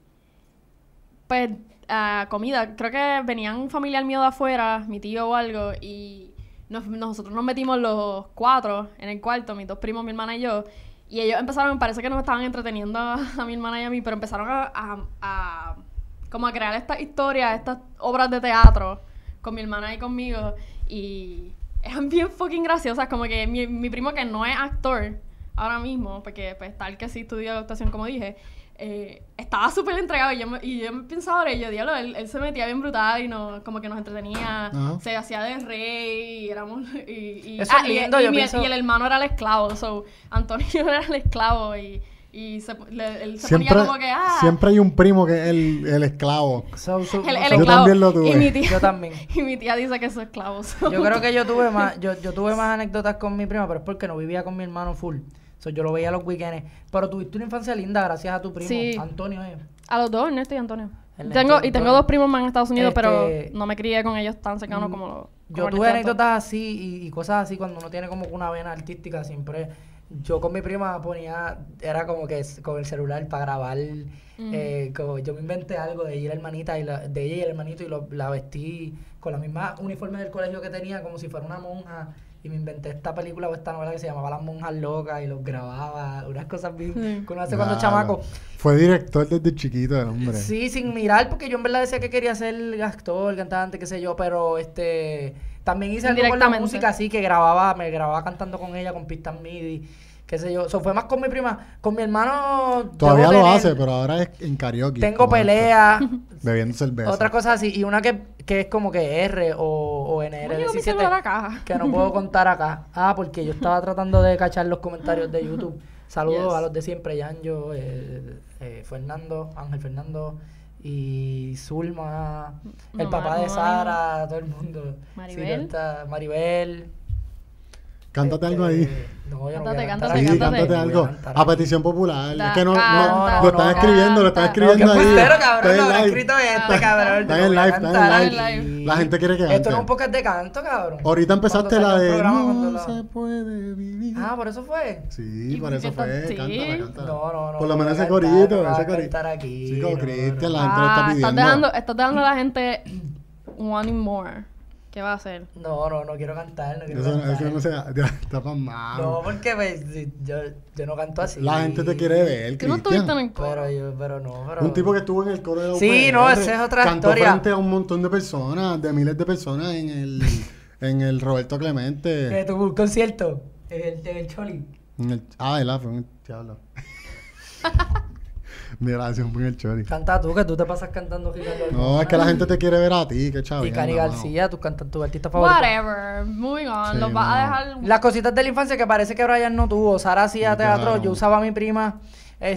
Speaker 3: Pues, ah, comida. Creo que venían un familiar mío de afuera, mi tío o algo, y nos- nosotros nos metimos los cuatro en el cuarto, mis dos primos, mi hermana y yo. Y ellos empezaron, parece que nos estaban entreteniendo a, a mi hermana y a mí, pero empezaron a, a- a- como a crear estas historias, estas obras de teatro con mi hermana y conmigo. Y eran bien fucking graciosas, como que mi, mi primo que no es actor ahora mismo, porque pues tal que sí estudió actuación como dije, eh, estaba súper entregado y yo, me- y yo pensaba ahora, y yo, diablo, él, él se metía bien brutal y no, como que nos entretenía,
Speaker 2: Ajá.
Speaker 3: se hacía de rey y éramos... Y, y-
Speaker 1: Eso es
Speaker 3: y-
Speaker 1: lindo,
Speaker 3: y
Speaker 1: yo
Speaker 3: mi-
Speaker 1: pienso-
Speaker 3: y el hermano era el esclavo, so Antonio era el esclavo y, y se, po- le- él se
Speaker 2: Siempre,
Speaker 3: ponía como que, ah,
Speaker 2: siempre hay un primo que es el, el esclavo.
Speaker 1: so- so-
Speaker 3: el, el
Speaker 1: so-
Speaker 2: Yo
Speaker 3: esclavo.
Speaker 2: también lo tuve.
Speaker 3: Y mi tía,
Speaker 1: Yo también.
Speaker 3: y mi tía dice que es esclavo. so.
Speaker 1: Yo creo que yo tuve más, yo, yo tuve más anécdotas con mi prima, pero es porque no vivía con mi hermano full. So, yo lo veía los weekends. Pero tuviste una infancia linda gracias a tu primo,
Speaker 3: Sí.
Speaker 1: Antonio. eh.
Speaker 3: A los dos, Ernesto y Antonio.
Speaker 1: Ernesto y
Speaker 3: Tengo, y
Speaker 1: Antonio.
Speaker 3: tengo dos primos más en Estados Unidos,
Speaker 1: Este-
Speaker 3: pero no me crié con ellos tan cercano como los...
Speaker 1: Mm, Yo tuve anécdotas así y, y cosas así cuando uno tiene como una vena artística siempre. Yo con mi prima ponía, era como que s- con el celular para grabar,
Speaker 3: Mm.
Speaker 1: eh, como- yo me inventé algo de ella y la hermanita, y la- de ella y el hermanito y lo- la vestí con la misma uniforme del colegio que tenía, como si fuera una monja. Y me inventé esta película o esta novela que se llamaba Las Monjas Locas y los grababa, unas cosas bien
Speaker 3: Mm.
Speaker 1: que uno hace cuando
Speaker 2: Nada.
Speaker 1: es chamaco.
Speaker 2: Fue director desde chiquito el hombre.
Speaker 1: Sí, sin mirar, porque yo en verdad decía que quería ser actor, cantante, qué sé yo, pero este también hice algo con la
Speaker 3: Indirectamente.
Speaker 1: música así que grababa, me grababa cantando con ella, con pistas MIDI, qué sé yo. Eso fue más con mi prima, con mi hermano. debo
Speaker 2: Todavía lo
Speaker 1: tener-
Speaker 2: hace, pero ahora es en karaoke.
Speaker 1: Tengo
Speaker 2: como
Speaker 1: pelea,
Speaker 2: esto, Bebiendo cerveza.
Speaker 1: otras cosas así, y una que, que es como que R o, o NR
Speaker 3: Oye, no me
Speaker 1: 17,
Speaker 3: celular acá.
Speaker 1: que no puedo contar acá. Ah, porque yo estaba tratando de cachar los comentarios de YouTube. Saludos
Speaker 3: Yes.
Speaker 1: a los de siempre, Yanjo, eh, eh, Fernando, Ángel Fernando y Zulma, el
Speaker 3: No,
Speaker 1: papá de
Speaker 3: no,
Speaker 1: Sara, todo el mundo. Sí,
Speaker 3: Maribel.
Speaker 1: todo está- Maribel.
Speaker 2: Cántate
Speaker 1: este,
Speaker 2: algo ahí.
Speaker 1: No, yo no
Speaker 3: Cántate,
Speaker 1: voy a cantar
Speaker 3: cántate,
Speaker 1: aquí.
Speaker 2: Sí,
Speaker 3: cántate.
Speaker 2: cántate
Speaker 1: No voy a
Speaker 2: algo.
Speaker 1: cantar
Speaker 2: A
Speaker 1: aquí.
Speaker 2: petición popular.
Speaker 3: Da-
Speaker 2: es que no, no,
Speaker 3: canta,
Speaker 2: lo están
Speaker 1: no,
Speaker 2: escriembando, lo están
Speaker 3: canta.
Speaker 1: No, qué
Speaker 2: escribiendo ahí.
Speaker 1: embustero,
Speaker 2: Está
Speaker 1: cabrón,
Speaker 2: en
Speaker 1: lo habrá
Speaker 2: live.
Speaker 1: escrito este, cabrón.
Speaker 2: Está
Speaker 1: no
Speaker 2: en
Speaker 1: voy a
Speaker 2: live, está en
Speaker 1: cantar
Speaker 3: live.
Speaker 1: aquí.
Speaker 2: La gente quiere que
Speaker 1: Esto no
Speaker 2: cante.
Speaker 1: es un podcast de canto, cabrón.
Speaker 2: Ahorita empezaste
Speaker 1: Cuando
Speaker 2: la
Speaker 1: salió el
Speaker 2: de
Speaker 1: programa, cuando
Speaker 2: No
Speaker 1: la-
Speaker 2: se puede vivir.
Speaker 1: Ah, por eso fue.
Speaker 2: Sí,
Speaker 3: Y
Speaker 2: por eso
Speaker 3: porque
Speaker 2: fue.
Speaker 3: sí.
Speaker 2: Cántala, cántala.
Speaker 1: No, no, no.
Speaker 2: Por lo menos ese
Speaker 1: voy a
Speaker 2: corito,
Speaker 1: cantar,
Speaker 2: ese
Speaker 1: voy a
Speaker 2: corito.
Speaker 1: cantar aquí,
Speaker 2: Chico,
Speaker 1: no, no,
Speaker 2: Cristian,
Speaker 1: no.
Speaker 2: la gente lo está
Speaker 3: Ah, estás
Speaker 2: pidiendo.
Speaker 3: dejando, estás dejando a la gente wanting more. ¿Qué va a hacer?
Speaker 1: No, no, no quiero cantar, no quiero
Speaker 2: Eso, no-
Speaker 1: cantar.
Speaker 2: eso no se da- ya, está pa' mal.
Speaker 1: No, porque pues, si- yo, yo no canto así.
Speaker 2: La gente te quiere ver,
Speaker 3: Tú no
Speaker 2: Cristian.
Speaker 3: estuviste en el coro.
Speaker 1: Pero yo, pero no, pero...
Speaker 2: Un tipo que estuvo en el coro de la
Speaker 1: Sí,
Speaker 2: UPR,
Speaker 1: no, esa es otra
Speaker 2: cantó
Speaker 1: historia.
Speaker 2: frente a un montón de personas, de miles de personas en el, en el Roberto
Speaker 1: Que
Speaker 2: Clemente.
Speaker 1: tuvo un concierto en el, en el Choli.
Speaker 2: En el- ah, el fue un diablo. Mira, ese es un buen chori.
Speaker 1: Canta tú, que tú te pasas cantando Ricardo
Speaker 2: No, es que la gente te quiere ver a ti, que chaval.
Speaker 1: Y Cani García, tus cantas, tus artistas favoritos.
Speaker 3: Whatever. Moving on.
Speaker 2: Sí,
Speaker 3: los vas a
Speaker 2: mano.
Speaker 3: dejar.
Speaker 1: Las cositas de la infancia que parece que Brian no tuvo. Sara hacía
Speaker 2: Sí,
Speaker 1: teatro,
Speaker 2: claro.
Speaker 1: yo usaba a mi prima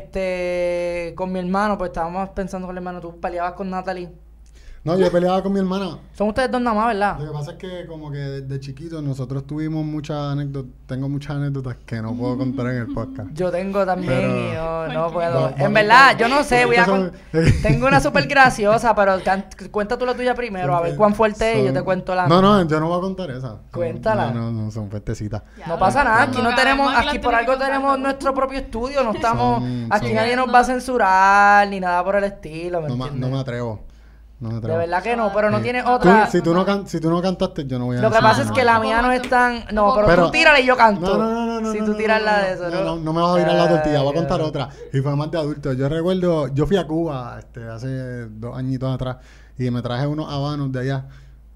Speaker 1: este, con mi hermano, pues estábamos pensando con el hermano, tú peleabas con Natalie.
Speaker 2: No, yo peleaba con mi hermana.
Speaker 1: Son ustedes dos nada más,
Speaker 2: Lo que
Speaker 1: ¿verdad?
Speaker 2: pasa es que como que desde chiquitos nosotros tuvimos muchas anécdotas, tengo muchas anécdotas que no puedo contar en el podcast.
Speaker 1: Yo tengo también,
Speaker 2: Pero-
Speaker 1: y yo
Speaker 3: Ay,
Speaker 1: no
Speaker 3: qué-
Speaker 1: puedo.
Speaker 2: Va-
Speaker 1: en
Speaker 2: va-
Speaker 1: verdad,
Speaker 2: va-
Speaker 1: yo no sé, voy a... con-
Speaker 2: Entonces-
Speaker 1: Tengo una súper graciosa, pero can- cuenta tú la tuya primero, a ver cuán fuerte es y yo te
Speaker 2: Son-
Speaker 1: cuento la...
Speaker 2: No, no, yo no voy a contar esa.
Speaker 1: Cuéntala.
Speaker 2: No, no, no, son fuertecitas.
Speaker 3: Ya,
Speaker 1: No pasa nada, aquí
Speaker 3: Cuando
Speaker 1: no
Speaker 3: acabemos
Speaker 1: tenemos,
Speaker 3: que las
Speaker 1: aquí por
Speaker 3: tenemos
Speaker 1: algo
Speaker 3: que
Speaker 1: tenemos
Speaker 3: contar, ¿no?
Speaker 1: nuestro propio estudio, no estamos,
Speaker 2: Son-
Speaker 1: aquí
Speaker 2: son-
Speaker 1: nadie nos va a censurar ni nada por el estilo, ¿me
Speaker 2: No, me- no
Speaker 1: entiendes?
Speaker 2: me atrevo. No me atrevo.
Speaker 1: De verdad que no, pero no
Speaker 2: Sí.
Speaker 1: tiene
Speaker 2: Tú-
Speaker 1: otra...
Speaker 2: si, tú no can- si tú no cantaste, yo no voy a
Speaker 1: Lo que
Speaker 2: decir
Speaker 1: pasa es
Speaker 2: nada.
Speaker 1: que la mía no es tan. No, pero,
Speaker 2: Pero-
Speaker 1: tú tírala y yo
Speaker 2: No,
Speaker 1: canto.
Speaker 2: no, no, no, no.
Speaker 1: Si
Speaker 2: no,
Speaker 1: tú
Speaker 2: no,
Speaker 1: tiras
Speaker 2: no,
Speaker 1: la
Speaker 2: no,
Speaker 1: de eso, Eh,
Speaker 2: no, no, no me vas a virar la tortilla, voy a contar
Speaker 1: Ay,
Speaker 2: otra. Y fue más de adulto. Yo recuerdo, yo fui a Cuba este, hace dos añitos atrás y me traje unos habanos de allá.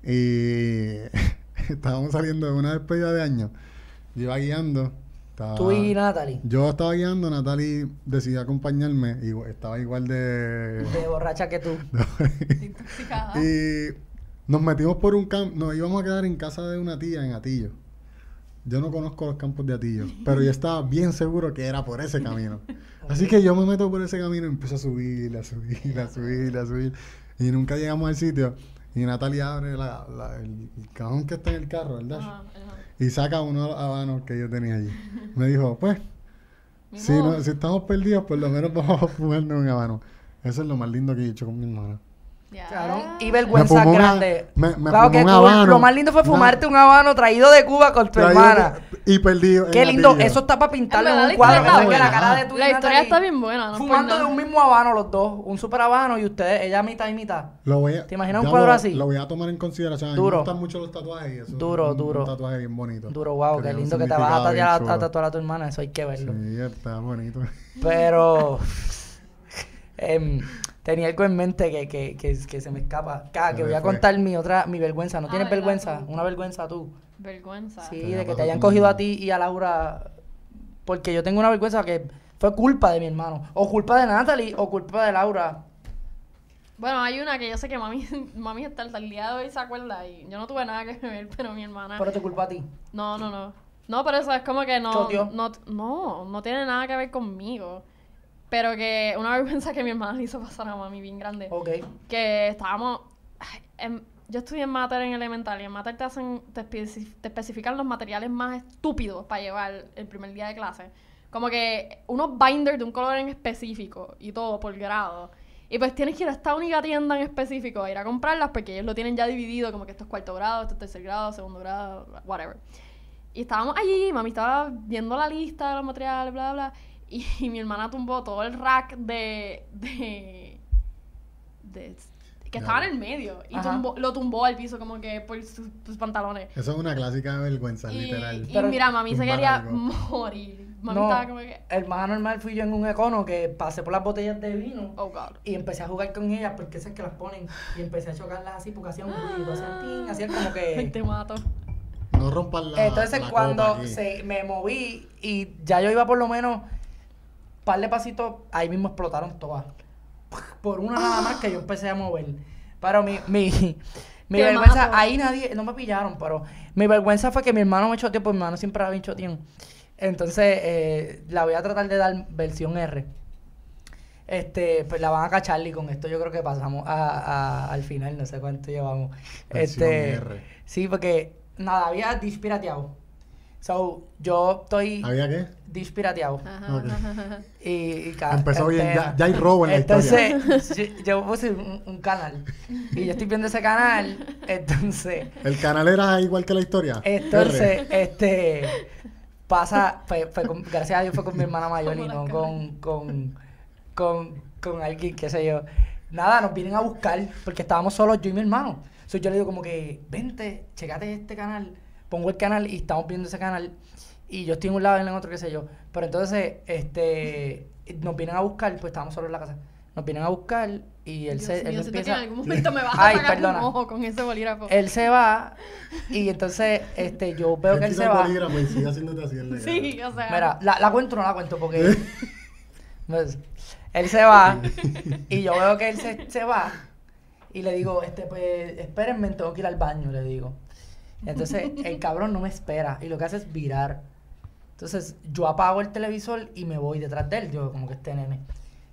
Speaker 2: Y estábamos saliendo de una despedida de año. Yo iba guiando. estaba-
Speaker 1: Tú y Natalie.
Speaker 2: Yo estaba guiando, Natalie decidió acompañarme y estaba igual de...
Speaker 1: De borracha que tú.
Speaker 3: Intoxicada.
Speaker 2: Y nos metimos por un campo, nos íbamos a quedar en casa de una tía en Atillo. Yo no conozco los campos de Atillo, pero yo estaba bien seguro que era por ese camino. Así que yo me meto por ese camino y empiezo a subir, a subir, a subir, a subir. Y nunca llegamos al sitio. Y Natalia abre la- la- el, el cajón que está en el carro, ¿verdad?
Speaker 3: Ajá, ajá.
Speaker 2: Y saca uno de los habanos que yo tenía allí. Me dijo, pues,
Speaker 3: Ni
Speaker 2: si,
Speaker 3: modo.
Speaker 2: no- si estamos perdidos, por lo menos vamos a fumarnos un habano. Eso es lo más lindo que he hecho con mi hermana.
Speaker 3: Ya.
Speaker 1: Cabrón, y
Speaker 2: Me
Speaker 1: Ah. vergüenza
Speaker 2: fumó una-
Speaker 1: grande.
Speaker 2: me- me
Speaker 1: Claro
Speaker 2: fumó
Speaker 1: que
Speaker 2: un
Speaker 1: cool.
Speaker 2: habano.
Speaker 1: Lo más lindo fue
Speaker 2: Una-
Speaker 1: fumarte un habano traído de Cuba con tu
Speaker 2: Traído
Speaker 1: hermana.
Speaker 2: de- Y perdido.
Speaker 1: Qué
Speaker 2: en
Speaker 1: lindo.
Speaker 2: Atillo.
Speaker 1: Eso está para pintarle
Speaker 3: En
Speaker 1: en
Speaker 3: verdad,
Speaker 1: un
Speaker 3: la
Speaker 1: cuadro.
Speaker 3: historia
Speaker 2: está
Speaker 1: Que la
Speaker 2: buena.
Speaker 1: cara de tu y
Speaker 3: La historia
Speaker 1: Natalie
Speaker 3: está bien buena, no es por
Speaker 1: Fumando de
Speaker 3: nada.
Speaker 1: un mismo habano los dos. Un super habano y ustedes, ella mitad y mitad.
Speaker 2: Lo voy a-
Speaker 1: ¿Te imaginas un
Speaker 2: ya
Speaker 1: cuadro
Speaker 2: lo-
Speaker 1: así?
Speaker 2: Lo voy a tomar en consideración. A mí
Speaker 1: Duro.
Speaker 2: Me gustan mucho los tatuajes. y eso
Speaker 1: Duro,
Speaker 2: es un-
Speaker 1: duro.
Speaker 2: Un tatuaje bien bonito.
Speaker 1: Duro,
Speaker 2: Que
Speaker 1: wow, qué
Speaker 2: tiene un
Speaker 1: lindo que te vas a
Speaker 2: significado bien
Speaker 1: tatuar,
Speaker 2: chulo.
Speaker 1: a tatuar a tu hermana. Eso hay que verlo.
Speaker 2: Sí, está bonito.
Speaker 1: Pero em, tenía algo en mente que, que, que, que se me escapa. Ca,
Speaker 2: Se
Speaker 1: que
Speaker 2: me
Speaker 1: voy a
Speaker 2: fue.
Speaker 1: contar mi otra, mi vergüenza. ¿No
Speaker 3: Ah,
Speaker 1: tienes
Speaker 3: ¿verdad?
Speaker 1: vergüenza?
Speaker 3: Tú.
Speaker 1: Una vergüenza tú.
Speaker 3: Vergüenza.
Speaker 1: Sí,
Speaker 2: Te
Speaker 1: de
Speaker 2: la
Speaker 1: que te
Speaker 2: pasas
Speaker 1: hayan
Speaker 2: todo el
Speaker 1: cogido a
Speaker 2: mundo.
Speaker 1: ti y a Laura. Porque yo tengo una vergüenza que fue culpa de mi hermano. O culpa de Natalie o culpa de Laura.
Speaker 3: Bueno, hay una que yo sé que mami, mami hasta el hasta el día de hoy se acuerda y yo no tuve nada que ver, pero mi hermana.
Speaker 1: Pero te culpa a ti.
Speaker 3: No, no, no. No, pero eso es como que no,
Speaker 1: Choteó.
Speaker 3: no, no, no tiene nada que ver conmigo. Pero que una vergüenza que mi hermana le hizo pasar a mami bien grande.
Speaker 1: Ok.
Speaker 3: que estábamos. ay, em, yo estudié en Mater en elemental y en Mater te hacen, te, especi- te especifican los materiales más estúpidos para llevar el primer día de clase. Como que unos binders de un color en específico y todo por grado. Y pues tienes que ir a esta única tienda en específico a ir a comprarlas porque ellos lo tienen ya dividido, como que esto es cuarto grado, esto es tercer grado, segundo grado, whatever. Y estábamos allí, mami estaba viendo la lista de los materiales, bla, bla. Y, y mi hermana tumbó todo el rack de. de. de- que estaba en el medio. Y
Speaker 1: Ajá.
Speaker 3: tumbó- lo tumbó al piso, como que por sus, sus pantalones.
Speaker 2: Eso es una clásica de vergüenza,
Speaker 3: Y,
Speaker 2: literal.
Speaker 3: y
Speaker 1: Pero-
Speaker 3: mira, mami se
Speaker 2: Tumbar
Speaker 3: quería
Speaker 2: algo.
Speaker 3: morir. Mami
Speaker 1: No,
Speaker 3: estaba como que.
Speaker 1: El más normal fui yo en un econo que pasé por las botellas de vino.
Speaker 3: Oh God.
Speaker 1: Y empecé a jugar con ellas porque esas que las ponen. Y empecé a chocarlas así porque hacían un ruido, hacían ting, hacían como que.
Speaker 3: Te mato.
Speaker 2: No rompan la.
Speaker 1: Entonces
Speaker 2: la copa
Speaker 1: cuando
Speaker 2: aquí.
Speaker 1: se, me moví y ya yo iba por lo menos par de pasitos, ahí mismo explotaron todas. Por una nada más que yo empecé a mover. Pero mi, mi, mi
Speaker 3: Qué
Speaker 1: vergüenza,
Speaker 3: majo.
Speaker 1: ahí nadie, no me pillaron, pero mi vergüenza fue que mi hermano me choteó, pues mi hermano siempre era bien choteón. Entonces eh, la voy a tratar de dar versión R. Este, pues la van a cachar y con esto yo creo que pasamos a, a- al final, no sé cuánto llevamos.
Speaker 2: Versión
Speaker 1: este,
Speaker 2: R.
Speaker 1: Sí, porque nada, había dispirateado. So, yo estoy
Speaker 2: ¿Había qué?
Speaker 1: dispirateado.
Speaker 3: Ajá,
Speaker 2: Ok.
Speaker 3: ajá, ajá.
Speaker 1: Y, y ca-
Speaker 2: Empezó bien,
Speaker 1: este,
Speaker 2: ya- ya hay robo en la
Speaker 1: Entonces, yo, yo puse un, un canal. Y yo estoy viendo ese canal. Entonces,
Speaker 2: El canal era igual que la historia. R.
Speaker 1: entonces, este pasa, fue- fue con- gracias a Dios fue con mi hermana mayor y
Speaker 3: Como
Speaker 1: no
Speaker 3: las
Speaker 1: con, con, con, con alguien, qué sé yo. Nada, nos vienen a buscar porque estábamos solos yo y mi hermano. Entonces yo le digo como que, vente, checate este canal. Pongo el canal y estamos viendo ese canal. Y yo estoy en un lado y él en otro, qué sé yo. Pero entonces, este, nos vienen a buscar, pues estábamos solos en la casa. Nos vienen a buscar y él
Speaker 3: Dios
Speaker 1: se...
Speaker 3: mío,
Speaker 1: él
Speaker 3: siento que
Speaker 1: empieza-
Speaker 3: en algún momento me vas
Speaker 1: Ay,
Speaker 3: a pagar
Speaker 1: perdona.
Speaker 3: un ojo con ese bolígrafo.
Speaker 1: él se va y entonces este yo veo que él
Speaker 2: Tira el
Speaker 1: se va.
Speaker 2: bolígrafo y sigue haciéndote así el legal.
Speaker 3: Sí, o sea.
Speaker 1: Mira, la, la cuento o no la cuento porque. Pues, Él se va y yo veo que él se, se va y le digo, este, pues, espérenme, tengo que ir al baño, le digo. Entonces, el cabrón no me espera y lo que hace es virar. Entonces, yo apago el televisor y me voy detrás de él, yo como que este nene.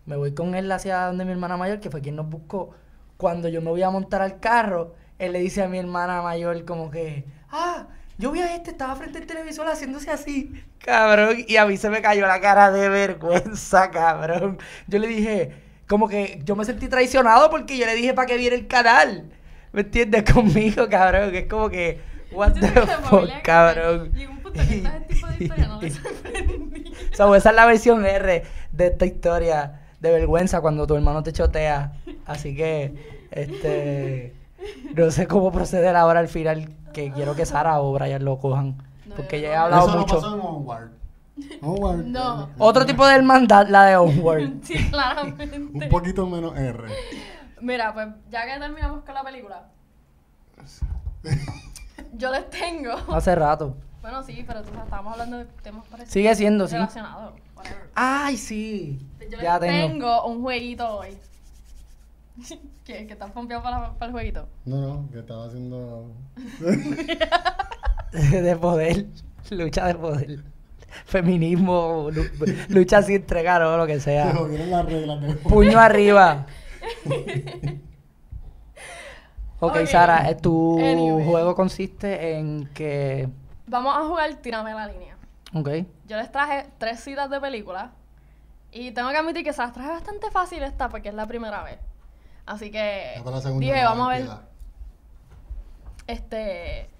Speaker 1: Me voy con él hacia donde mi hermana mayor, que fue quien nos buscó. Cuando yo me voy a montar al carro, él le dice a mi hermana mayor como que, ah, yo vi a este, estaba frente al televisor haciéndose así, cabrón, y a mí se me cayó la cara de vergüenza, cabrón. Yo le dije, como que yo me sentí traicionado porque yo le dije para que viera el canal. ¿Me entiendes? Conmigo, cabrón, que es como que, what the fuck, cabrón.
Speaker 3: Llegó un punto que este tipo de historia no me sorprendí.
Speaker 1: So, esa es la versión R de esta historia de vergüenza cuando tu hermano te chotea. Así que, este, no sé cómo proceder ahora al final, que quiero que Sara o Brian lo cojan.
Speaker 3: No,
Speaker 1: Porque
Speaker 3: yo
Speaker 1: ya he
Speaker 3: no.
Speaker 1: hablado
Speaker 2: Eso no
Speaker 1: mucho.
Speaker 2: pasó en Onward. Onward.
Speaker 3: No.
Speaker 2: eh,
Speaker 1: Otro tipo de hermandad, la de Onward.
Speaker 3: Sí,
Speaker 2: Un
Speaker 3: claramente.
Speaker 2: poquito menos R.
Speaker 3: Mira, pues ya que terminamos con la película, yo les tengo.
Speaker 1: Hace rato.
Speaker 3: Bueno, sí, pero tú, estábamos hablando de temas parecidos.
Speaker 1: Sigue siendo, sí.
Speaker 3: Relacionados. whatever.
Speaker 1: Ay, sí.
Speaker 3: Yo
Speaker 1: Ya
Speaker 3: les
Speaker 1: tengo.
Speaker 3: tengo un jueguito hoy. ¿Qué? ¿Que estás pompeado para, para el jueguito?
Speaker 2: No, no, que estaba haciendo.
Speaker 1: de poder. Lucha de poder. Feminismo, lu- lucha sin entregar o lo que
Speaker 2: Se
Speaker 1: sea.
Speaker 2: jodieron las reglas de
Speaker 1: Puño arriba. Ok,
Speaker 3: Ok.
Speaker 1: Sara, eh, tu
Speaker 3: Anyway.
Speaker 1: juego consiste en que...
Speaker 3: Vamos a jugar Tírame la línea.
Speaker 1: Ok.
Speaker 3: Yo les traje tres citas de películas. Y tengo que admitir que se las traje bastante fácil esta porque es la primera vez. Así que
Speaker 2: Ya para la segunda
Speaker 3: dije,
Speaker 2: no
Speaker 3: vamos a ver.
Speaker 2: queda.
Speaker 3: Este.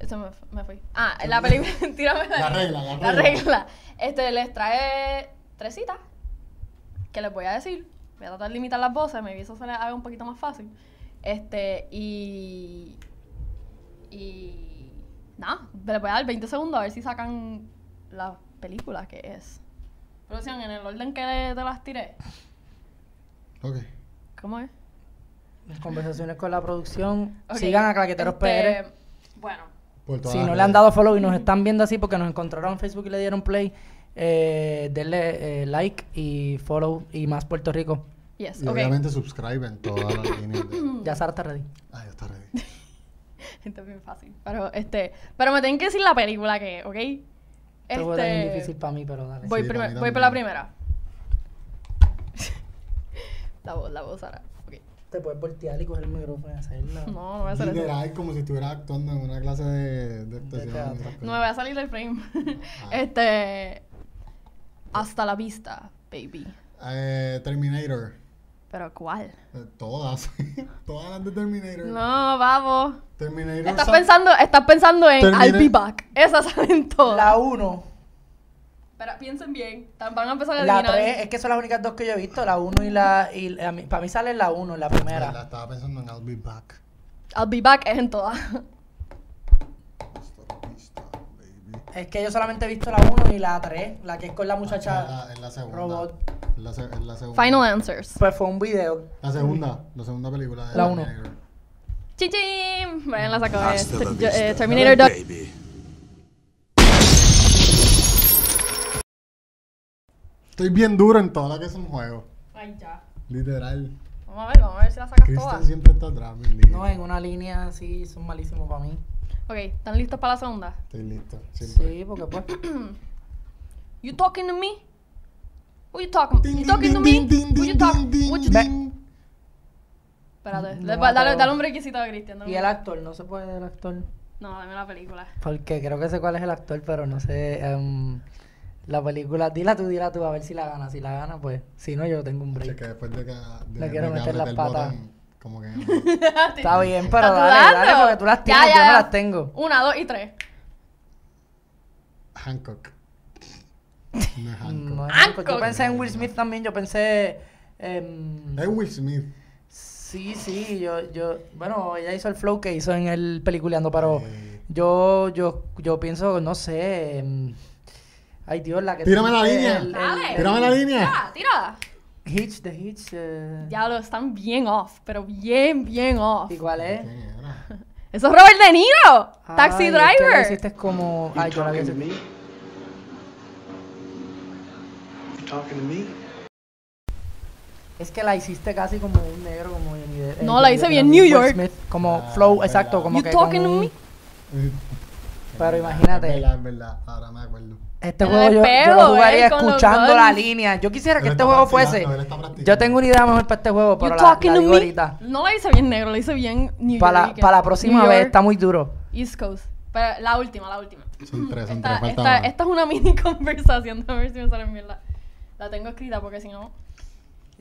Speaker 3: Eso me, me fui. Ah, la película. Tírame la,
Speaker 2: La regla, la regla.
Speaker 3: regla. Este, les trae tres citas que les voy a decir. Voy a tratar de limitar las voces, me eso se les haga un poquito más fácil. Este, y. Y. Nada, les voy a dar 20 segundos a ver si sacan la película que es. Producción, en el orden que te las tiré.
Speaker 2: Ok.
Speaker 3: ¿Cómo es?
Speaker 1: Conversaciones con la producción.
Speaker 3: Ok,
Speaker 1: Sigan a Claqueteros
Speaker 3: este,
Speaker 1: Pérez.
Speaker 3: Bueno,
Speaker 2: Por todas
Speaker 1: Si
Speaker 2: las
Speaker 1: no le han
Speaker 2: reglas.
Speaker 1: dado follow y nos están viendo así porque nos encontraron en Facebook y le dieron play, eh, denle eh, like y follow y más Puerto Rico.
Speaker 3: yes,
Speaker 2: Y
Speaker 3: ok.
Speaker 2: obviamente subscriben todas las líneas. De...
Speaker 1: Ya Sara está ready.
Speaker 2: Ah, ya está ready.
Speaker 3: Esto es bien fácil. Pero, este, pero me tienen que decir la película que, es, ¿ok? Este,
Speaker 1: Esto fue Este tan difícil para mí, pero dale.
Speaker 3: voy,
Speaker 2: Sí,
Speaker 3: primer-
Speaker 2: para mí
Speaker 3: voy por la
Speaker 2: también.
Speaker 3: primera. la voz, la voz, Sara. Ok.
Speaker 1: Te puedes voltear y coger el micrófono y hacerlo.
Speaker 3: No, no voy a hacer eso.
Speaker 2: Literal, como si estuviera actuando en una clase de, de actuación.
Speaker 1: teatro.
Speaker 3: No me voy a salir del frame. este. Hasta la vista, baby.
Speaker 2: eh, Terminator.
Speaker 3: Pero ¿cuál?
Speaker 2: Eh, todas. todas las de Terminator.
Speaker 3: No, vamos.
Speaker 2: Terminator.
Speaker 3: Estás
Speaker 2: sa-
Speaker 3: pensando, estás pensando en
Speaker 2: Terminé.
Speaker 3: I'll be back. Esas salen todas.
Speaker 1: La 1,
Speaker 3: Pero piensen bien. Tan- Van a empezar a
Speaker 1: la
Speaker 3: adivinar.
Speaker 1: 3, es que son las únicas dos que yo he visto, la 1 y la... Y para mí sale la 1, la
Speaker 2: Ay, la
Speaker 1: primera.
Speaker 2: estaba pensando en I'll be back.
Speaker 3: I'll be back es en todas.
Speaker 2: Hasta la vista, baby.
Speaker 1: Es que yo solamente he visto la 1 y la 3, la que es con la muchacha...
Speaker 2: Ah, Es la, es la segunda.
Speaker 1: robot.
Speaker 2: Es la, se- es la segunda.
Speaker 3: Final answers.
Speaker 1: Pues fue un video.
Speaker 2: La segunda. La segunda película de
Speaker 1: La uno.
Speaker 2: Terminator.
Speaker 3: Chichim. Brian la sacó.
Speaker 4: Hasta
Speaker 3: eh,
Speaker 4: la
Speaker 3: yo- eh,
Speaker 4: vista,
Speaker 3: Terminator Doc.
Speaker 4: baby.
Speaker 2: Estoy bien duro en todas las que son juegos.
Speaker 3: Ay, ya.
Speaker 2: Literal.
Speaker 3: Vamos a ver, vamos a ver si la sacas
Speaker 2: Kristen
Speaker 3: todas.
Speaker 2: siempre está atrás, bendito.
Speaker 1: No, en una línea así, son malísimos para mí.
Speaker 3: Ok, ¿están listos para la segunda?
Speaker 2: Estoy listo. Siempre.
Speaker 1: Sí, porque pues...
Speaker 3: You talking to me? Who you talking?
Speaker 2: Ding,
Speaker 3: You
Speaker 2: ding,
Speaker 3: talking to me?
Speaker 2: ding, ding,
Speaker 3: Who
Speaker 2: ding,
Speaker 3: you talking?
Speaker 2: ding,
Speaker 3: What you
Speaker 2: ding,
Speaker 3: talking?
Speaker 2: ding.
Speaker 3: Espérate,
Speaker 1: No,
Speaker 3: le- va- dale,
Speaker 1: pero-
Speaker 3: dale un brequecito a Cristian. dale un
Speaker 1: Y el
Speaker 3: break.
Speaker 1: actor, no se puede el actor.
Speaker 3: No, dame la película.
Speaker 1: Porque creo que sé cuál es el actor, pero no sé em, la película. Dila tú, dila tú, a ver si la gana. Si la gana, pues. Si no, yo tengo un
Speaker 2: Che,
Speaker 1: break.
Speaker 2: que después de que. De,
Speaker 1: Le quiero
Speaker 2: de que
Speaker 1: meter las
Speaker 2: apreté el
Speaker 1: patas.
Speaker 2: botón, Como que. no.
Speaker 1: Está bien, pero
Speaker 3: ¿Estás
Speaker 1: dale, dale,
Speaker 3: dudando?
Speaker 1: porque tú las
Speaker 3: Ya,
Speaker 1: tienes,
Speaker 3: ya,
Speaker 1: yo no
Speaker 3: ya.
Speaker 1: las tengo.
Speaker 3: Una, dos y tres.
Speaker 2: Hancock. No es Hancock.
Speaker 1: No,
Speaker 3: Ah,
Speaker 1: pues yo
Speaker 3: coño.
Speaker 1: pensé en Will Smith también, yo pensé. em,
Speaker 2: Es Will Smith.
Speaker 1: sí, sí, yo, yo. Bueno, ella hizo el flow que hizo en el peliculeando, pero
Speaker 2: Eh,
Speaker 1: yo, yo, yo pienso, no sé. em, ay, Dios, la que. tú
Speaker 2: Tírame la
Speaker 1: dices,
Speaker 2: línea.
Speaker 1: el- el-
Speaker 3: Dale.
Speaker 2: Tírame la línea.
Speaker 3: Tira, tira.
Speaker 1: Hitch, The Hitch. eh,
Speaker 3: Ya lo están bien off, pero bien, bien off.
Speaker 1: ¿Y cuál es?
Speaker 2: ¿Quién era?
Speaker 3: Eso es Robert De Niro. Taxi
Speaker 1: Ay, es que lo
Speaker 3: Driver.
Speaker 1: hiciste es como. Ay, yo la vi hace-
Speaker 4: You talking to me?
Speaker 1: Es que la hiciste casi como un negro, como Johnny Depp- eh,
Speaker 3: No, la
Speaker 1: Johnny
Speaker 3: hice
Speaker 1: Depp,
Speaker 3: bien
Speaker 1: no,
Speaker 3: New
Speaker 1: Will
Speaker 3: York.
Speaker 1: Smith, como
Speaker 2: Ah,
Speaker 1: flow,
Speaker 2: verdad.
Speaker 1: exacto, como
Speaker 3: You
Speaker 1: que
Speaker 3: talking
Speaker 1: con
Speaker 3: to
Speaker 1: un-
Speaker 3: me?
Speaker 1: Pero
Speaker 2: Es verdad,
Speaker 1: imagínate.
Speaker 2: Es verdad, es verdad. Ahora me acuerdo.
Speaker 1: Este
Speaker 3: Pero
Speaker 1: juego yo,
Speaker 3: de
Speaker 1: yo
Speaker 3: pedo,
Speaker 1: lo jugaría
Speaker 3: eh, con los
Speaker 1: escuchando la
Speaker 3: guns.
Speaker 1: línea. Yo quisiera que
Speaker 2: Él
Speaker 1: este
Speaker 2: está
Speaker 1: juego fuese.
Speaker 2: practicando, él está practicando.
Speaker 1: Yo tengo una idea mejor para este juego,
Speaker 3: You
Speaker 1: pero la,
Speaker 3: talking
Speaker 1: la
Speaker 3: to
Speaker 1: digo
Speaker 3: me?
Speaker 1: ahorita.
Speaker 3: No la hice bien negro, la hice bien New
Speaker 1: Para la,
Speaker 3: York.
Speaker 1: para la próxima
Speaker 3: New
Speaker 1: vez,
Speaker 3: York,
Speaker 1: está muy duro.
Speaker 3: East Coast. Pero la última, la última.
Speaker 2: Son tres, son
Speaker 3: Esta,
Speaker 2: tres. Falta
Speaker 3: esta-
Speaker 2: una.
Speaker 3: esta es una mini conversación, a ver si me sale mierda. La tengo escrita porque si no...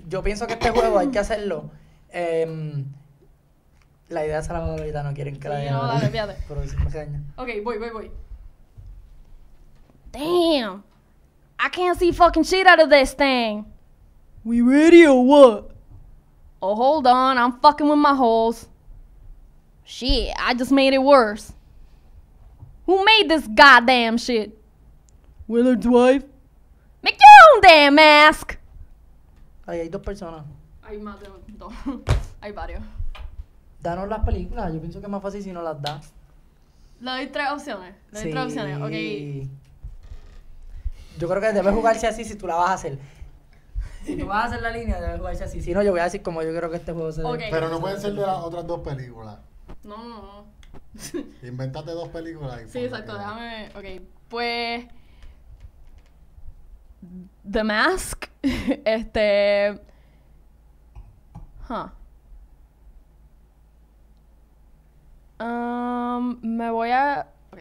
Speaker 1: Yo pienso que este juego hay que hacerlo. em, la idea se la mando ahorita, no quieren que la
Speaker 3: Sí,
Speaker 1: diga
Speaker 3: no,
Speaker 1: ahora.
Speaker 3: dale, fíjate.
Speaker 1: Pero siempre se daña.
Speaker 3: Ok, voy, voy, voy. Damn. I can't see fucking shit out of this thing. We ready or what? Oh, hold on. I'm fucking with my holes. Shit, I just made it worse. Who made this goddamn shit? Willard's wife. Make your own damn mask.
Speaker 1: Ay, hay dos personas.
Speaker 3: Hay más de dos. Hay varios.
Speaker 1: Danos las películas. Yo pienso que es más fácil si no las das.
Speaker 3: Le doy tres opciones. Le doy tres opciones. Ok.
Speaker 1: Yo creo que debe jugarse así si tú la vas a hacer. Si tú vas a hacer la línea, debe jugarse así. Si no, yo voy a decir como yo creo que este juego se debe.
Speaker 3: Ok.
Speaker 2: Pero no pueden ser de las otras dos películas.
Speaker 3: No, no, no.
Speaker 2: Inventate dos películas. y
Speaker 3: Sí,
Speaker 2: ponle
Speaker 3: exacto,
Speaker 2: que-
Speaker 3: déjame. Ok, pues. The Mask. este. Huh. Um, me voy a. Ok.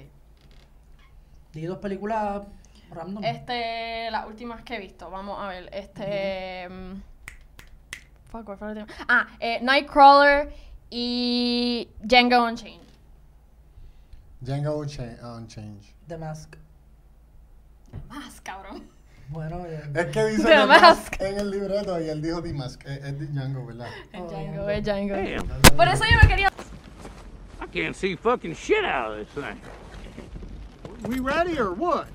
Speaker 1: Di dos películas random.
Speaker 3: Este, las últimas que he visto, vamos a ver. Este. mm, Fuck, ¿cuál fue la última? Ah, eh, Nightcrawler y Django Unchained.
Speaker 2: Django Unchained. Unchained.
Speaker 1: The Mask.
Speaker 3: Más, cabrón.
Speaker 1: Bueno, eh, ya.
Speaker 2: Es que dice
Speaker 3: The
Speaker 2: The Mask
Speaker 3: Mask.
Speaker 2: en el libreto y él dijo The Mask. Es, es de Django, ¿verdad?
Speaker 3: Es
Speaker 1: Oh,
Speaker 3: Django,
Speaker 1: Django.
Speaker 3: es Django. Por eso yo no quería.
Speaker 4: I can't see fucking shit out of this thing.
Speaker 5: We ready or what?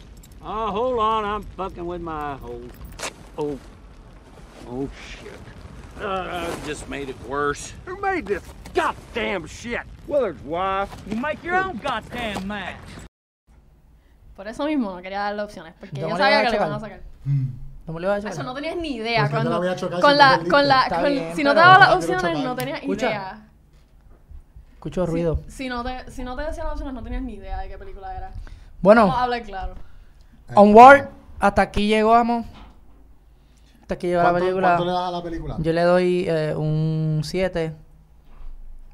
Speaker 4: Oh, hold on. I'm fucking with my old, oh, oh shit. Uh, I just made it worse.
Speaker 5: Who made this goddamn shit?
Speaker 4: Willard's wife. You make your own goddamn match.
Speaker 3: Por eso mismo no quería darle opciones, porque
Speaker 1: No
Speaker 3: yo
Speaker 1: le
Speaker 3: sabía
Speaker 1: iba
Speaker 3: que
Speaker 1: a
Speaker 3: le iban a
Speaker 1: chocar.
Speaker 3: sacar.
Speaker 2: Hmm.
Speaker 1: no me lo vas
Speaker 3: Eso
Speaker 1: a hacer.
Speaker 3: no tenías ni idea.
Speaker 2: Pues no te
Speaker 3: cuando,
Speaker 2: lo voy a chocar
Speaker 3: con
Speaker 2: si
Speaker 3: la,
Speaker 2: te
Speaker 3: con la,
Speaker 1: perdiste.
Speaker 3: con-
Speaker 1: Está bien,
Speaker 3: si no te
Speaker 1: pero-
Speaker 3: daba las
Speaker 2: Yo quiero
Speaker 3: opciones,
Speaker 2: chocar.
Speaker 3: no tenías
Speaker 1: Escucha.
Speaker 3: idea.
Speaker 1: Escucho ruido.
Speaker 3: Si no, te, si no te decía las opciones, no tenías ni idea de qué película era.
Speaker 1: Bueno,
Speaker 3: Vamos a hablar claro.
Speaker 1: Onward, hasta aquí llegamos. Hasta aquí llegó la
Speaker 2: ¿Cuánto, ¿Cuánto le
Speaker 1: película.
Speaker 2: das a la película?
Speaker 1: Yo le doy eh, un 7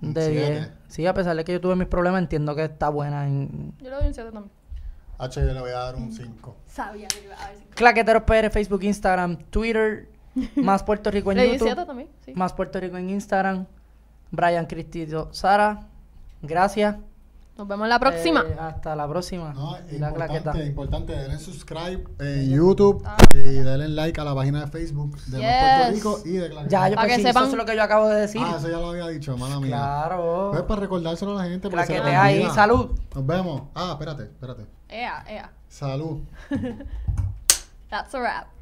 Speaker 2: Un
Speaker 1: de
Speaker 2: siete.
Speaker 1: 10. Sí, a pesar de que yo tuve mis problemas, entiendo que está buena. En...
Speaker 3: Yo le doy un 7 también.
Speaker 2: H, yo le voy a dar un 5.
Speaker 3: Sabía que iba a decir.
Speaker 1: Claqueteros PR, Facebook, Instagram, Twitter, Más Puerto Rico en
Speaker 3: Le di
Speaker 1: Pues YouTube.
Speaker 3: 7 también, sí.
Speaker 1: Más Puerto Rico en Instagram. Brian Cristito Sara. Gracias.
Speaker 3: Nos vemos la próxima.
Speaker 1: Eh, hasta la próxima.
Speaker 2: No,
Speaker 1: y Ah, la claqueta.
Speaker 2: importante, importante, denle subscribe en YouTube y denle like a la página de Facebook de Más
Speaker 3: Ah. Yes.
Speaker 2: Puerto Rico y de Claqueta.
Speaker 1: Ya, yo
Speaker 3: Para que
Speaker 1: pensé, eso
Speaker 3: sepan-
Speaker 1: es lo que yo acabo de decir.
Speaker 2: Ah, eso ya lo había dicho, mala mía.
Speaker 1: claro.
Speaker 2: Pues para recordárselo a la gente. porque se le
Speaker 1: Claquetea ahí.
Speaker 2: olvida.
Speaker 1: Salud.
Speaker 2: Nos vemos. Ah, espérate, espérate.
Speaker 3: Ea, ea.
Speaker 2: Salud.
Speaker 3: That's a wrap.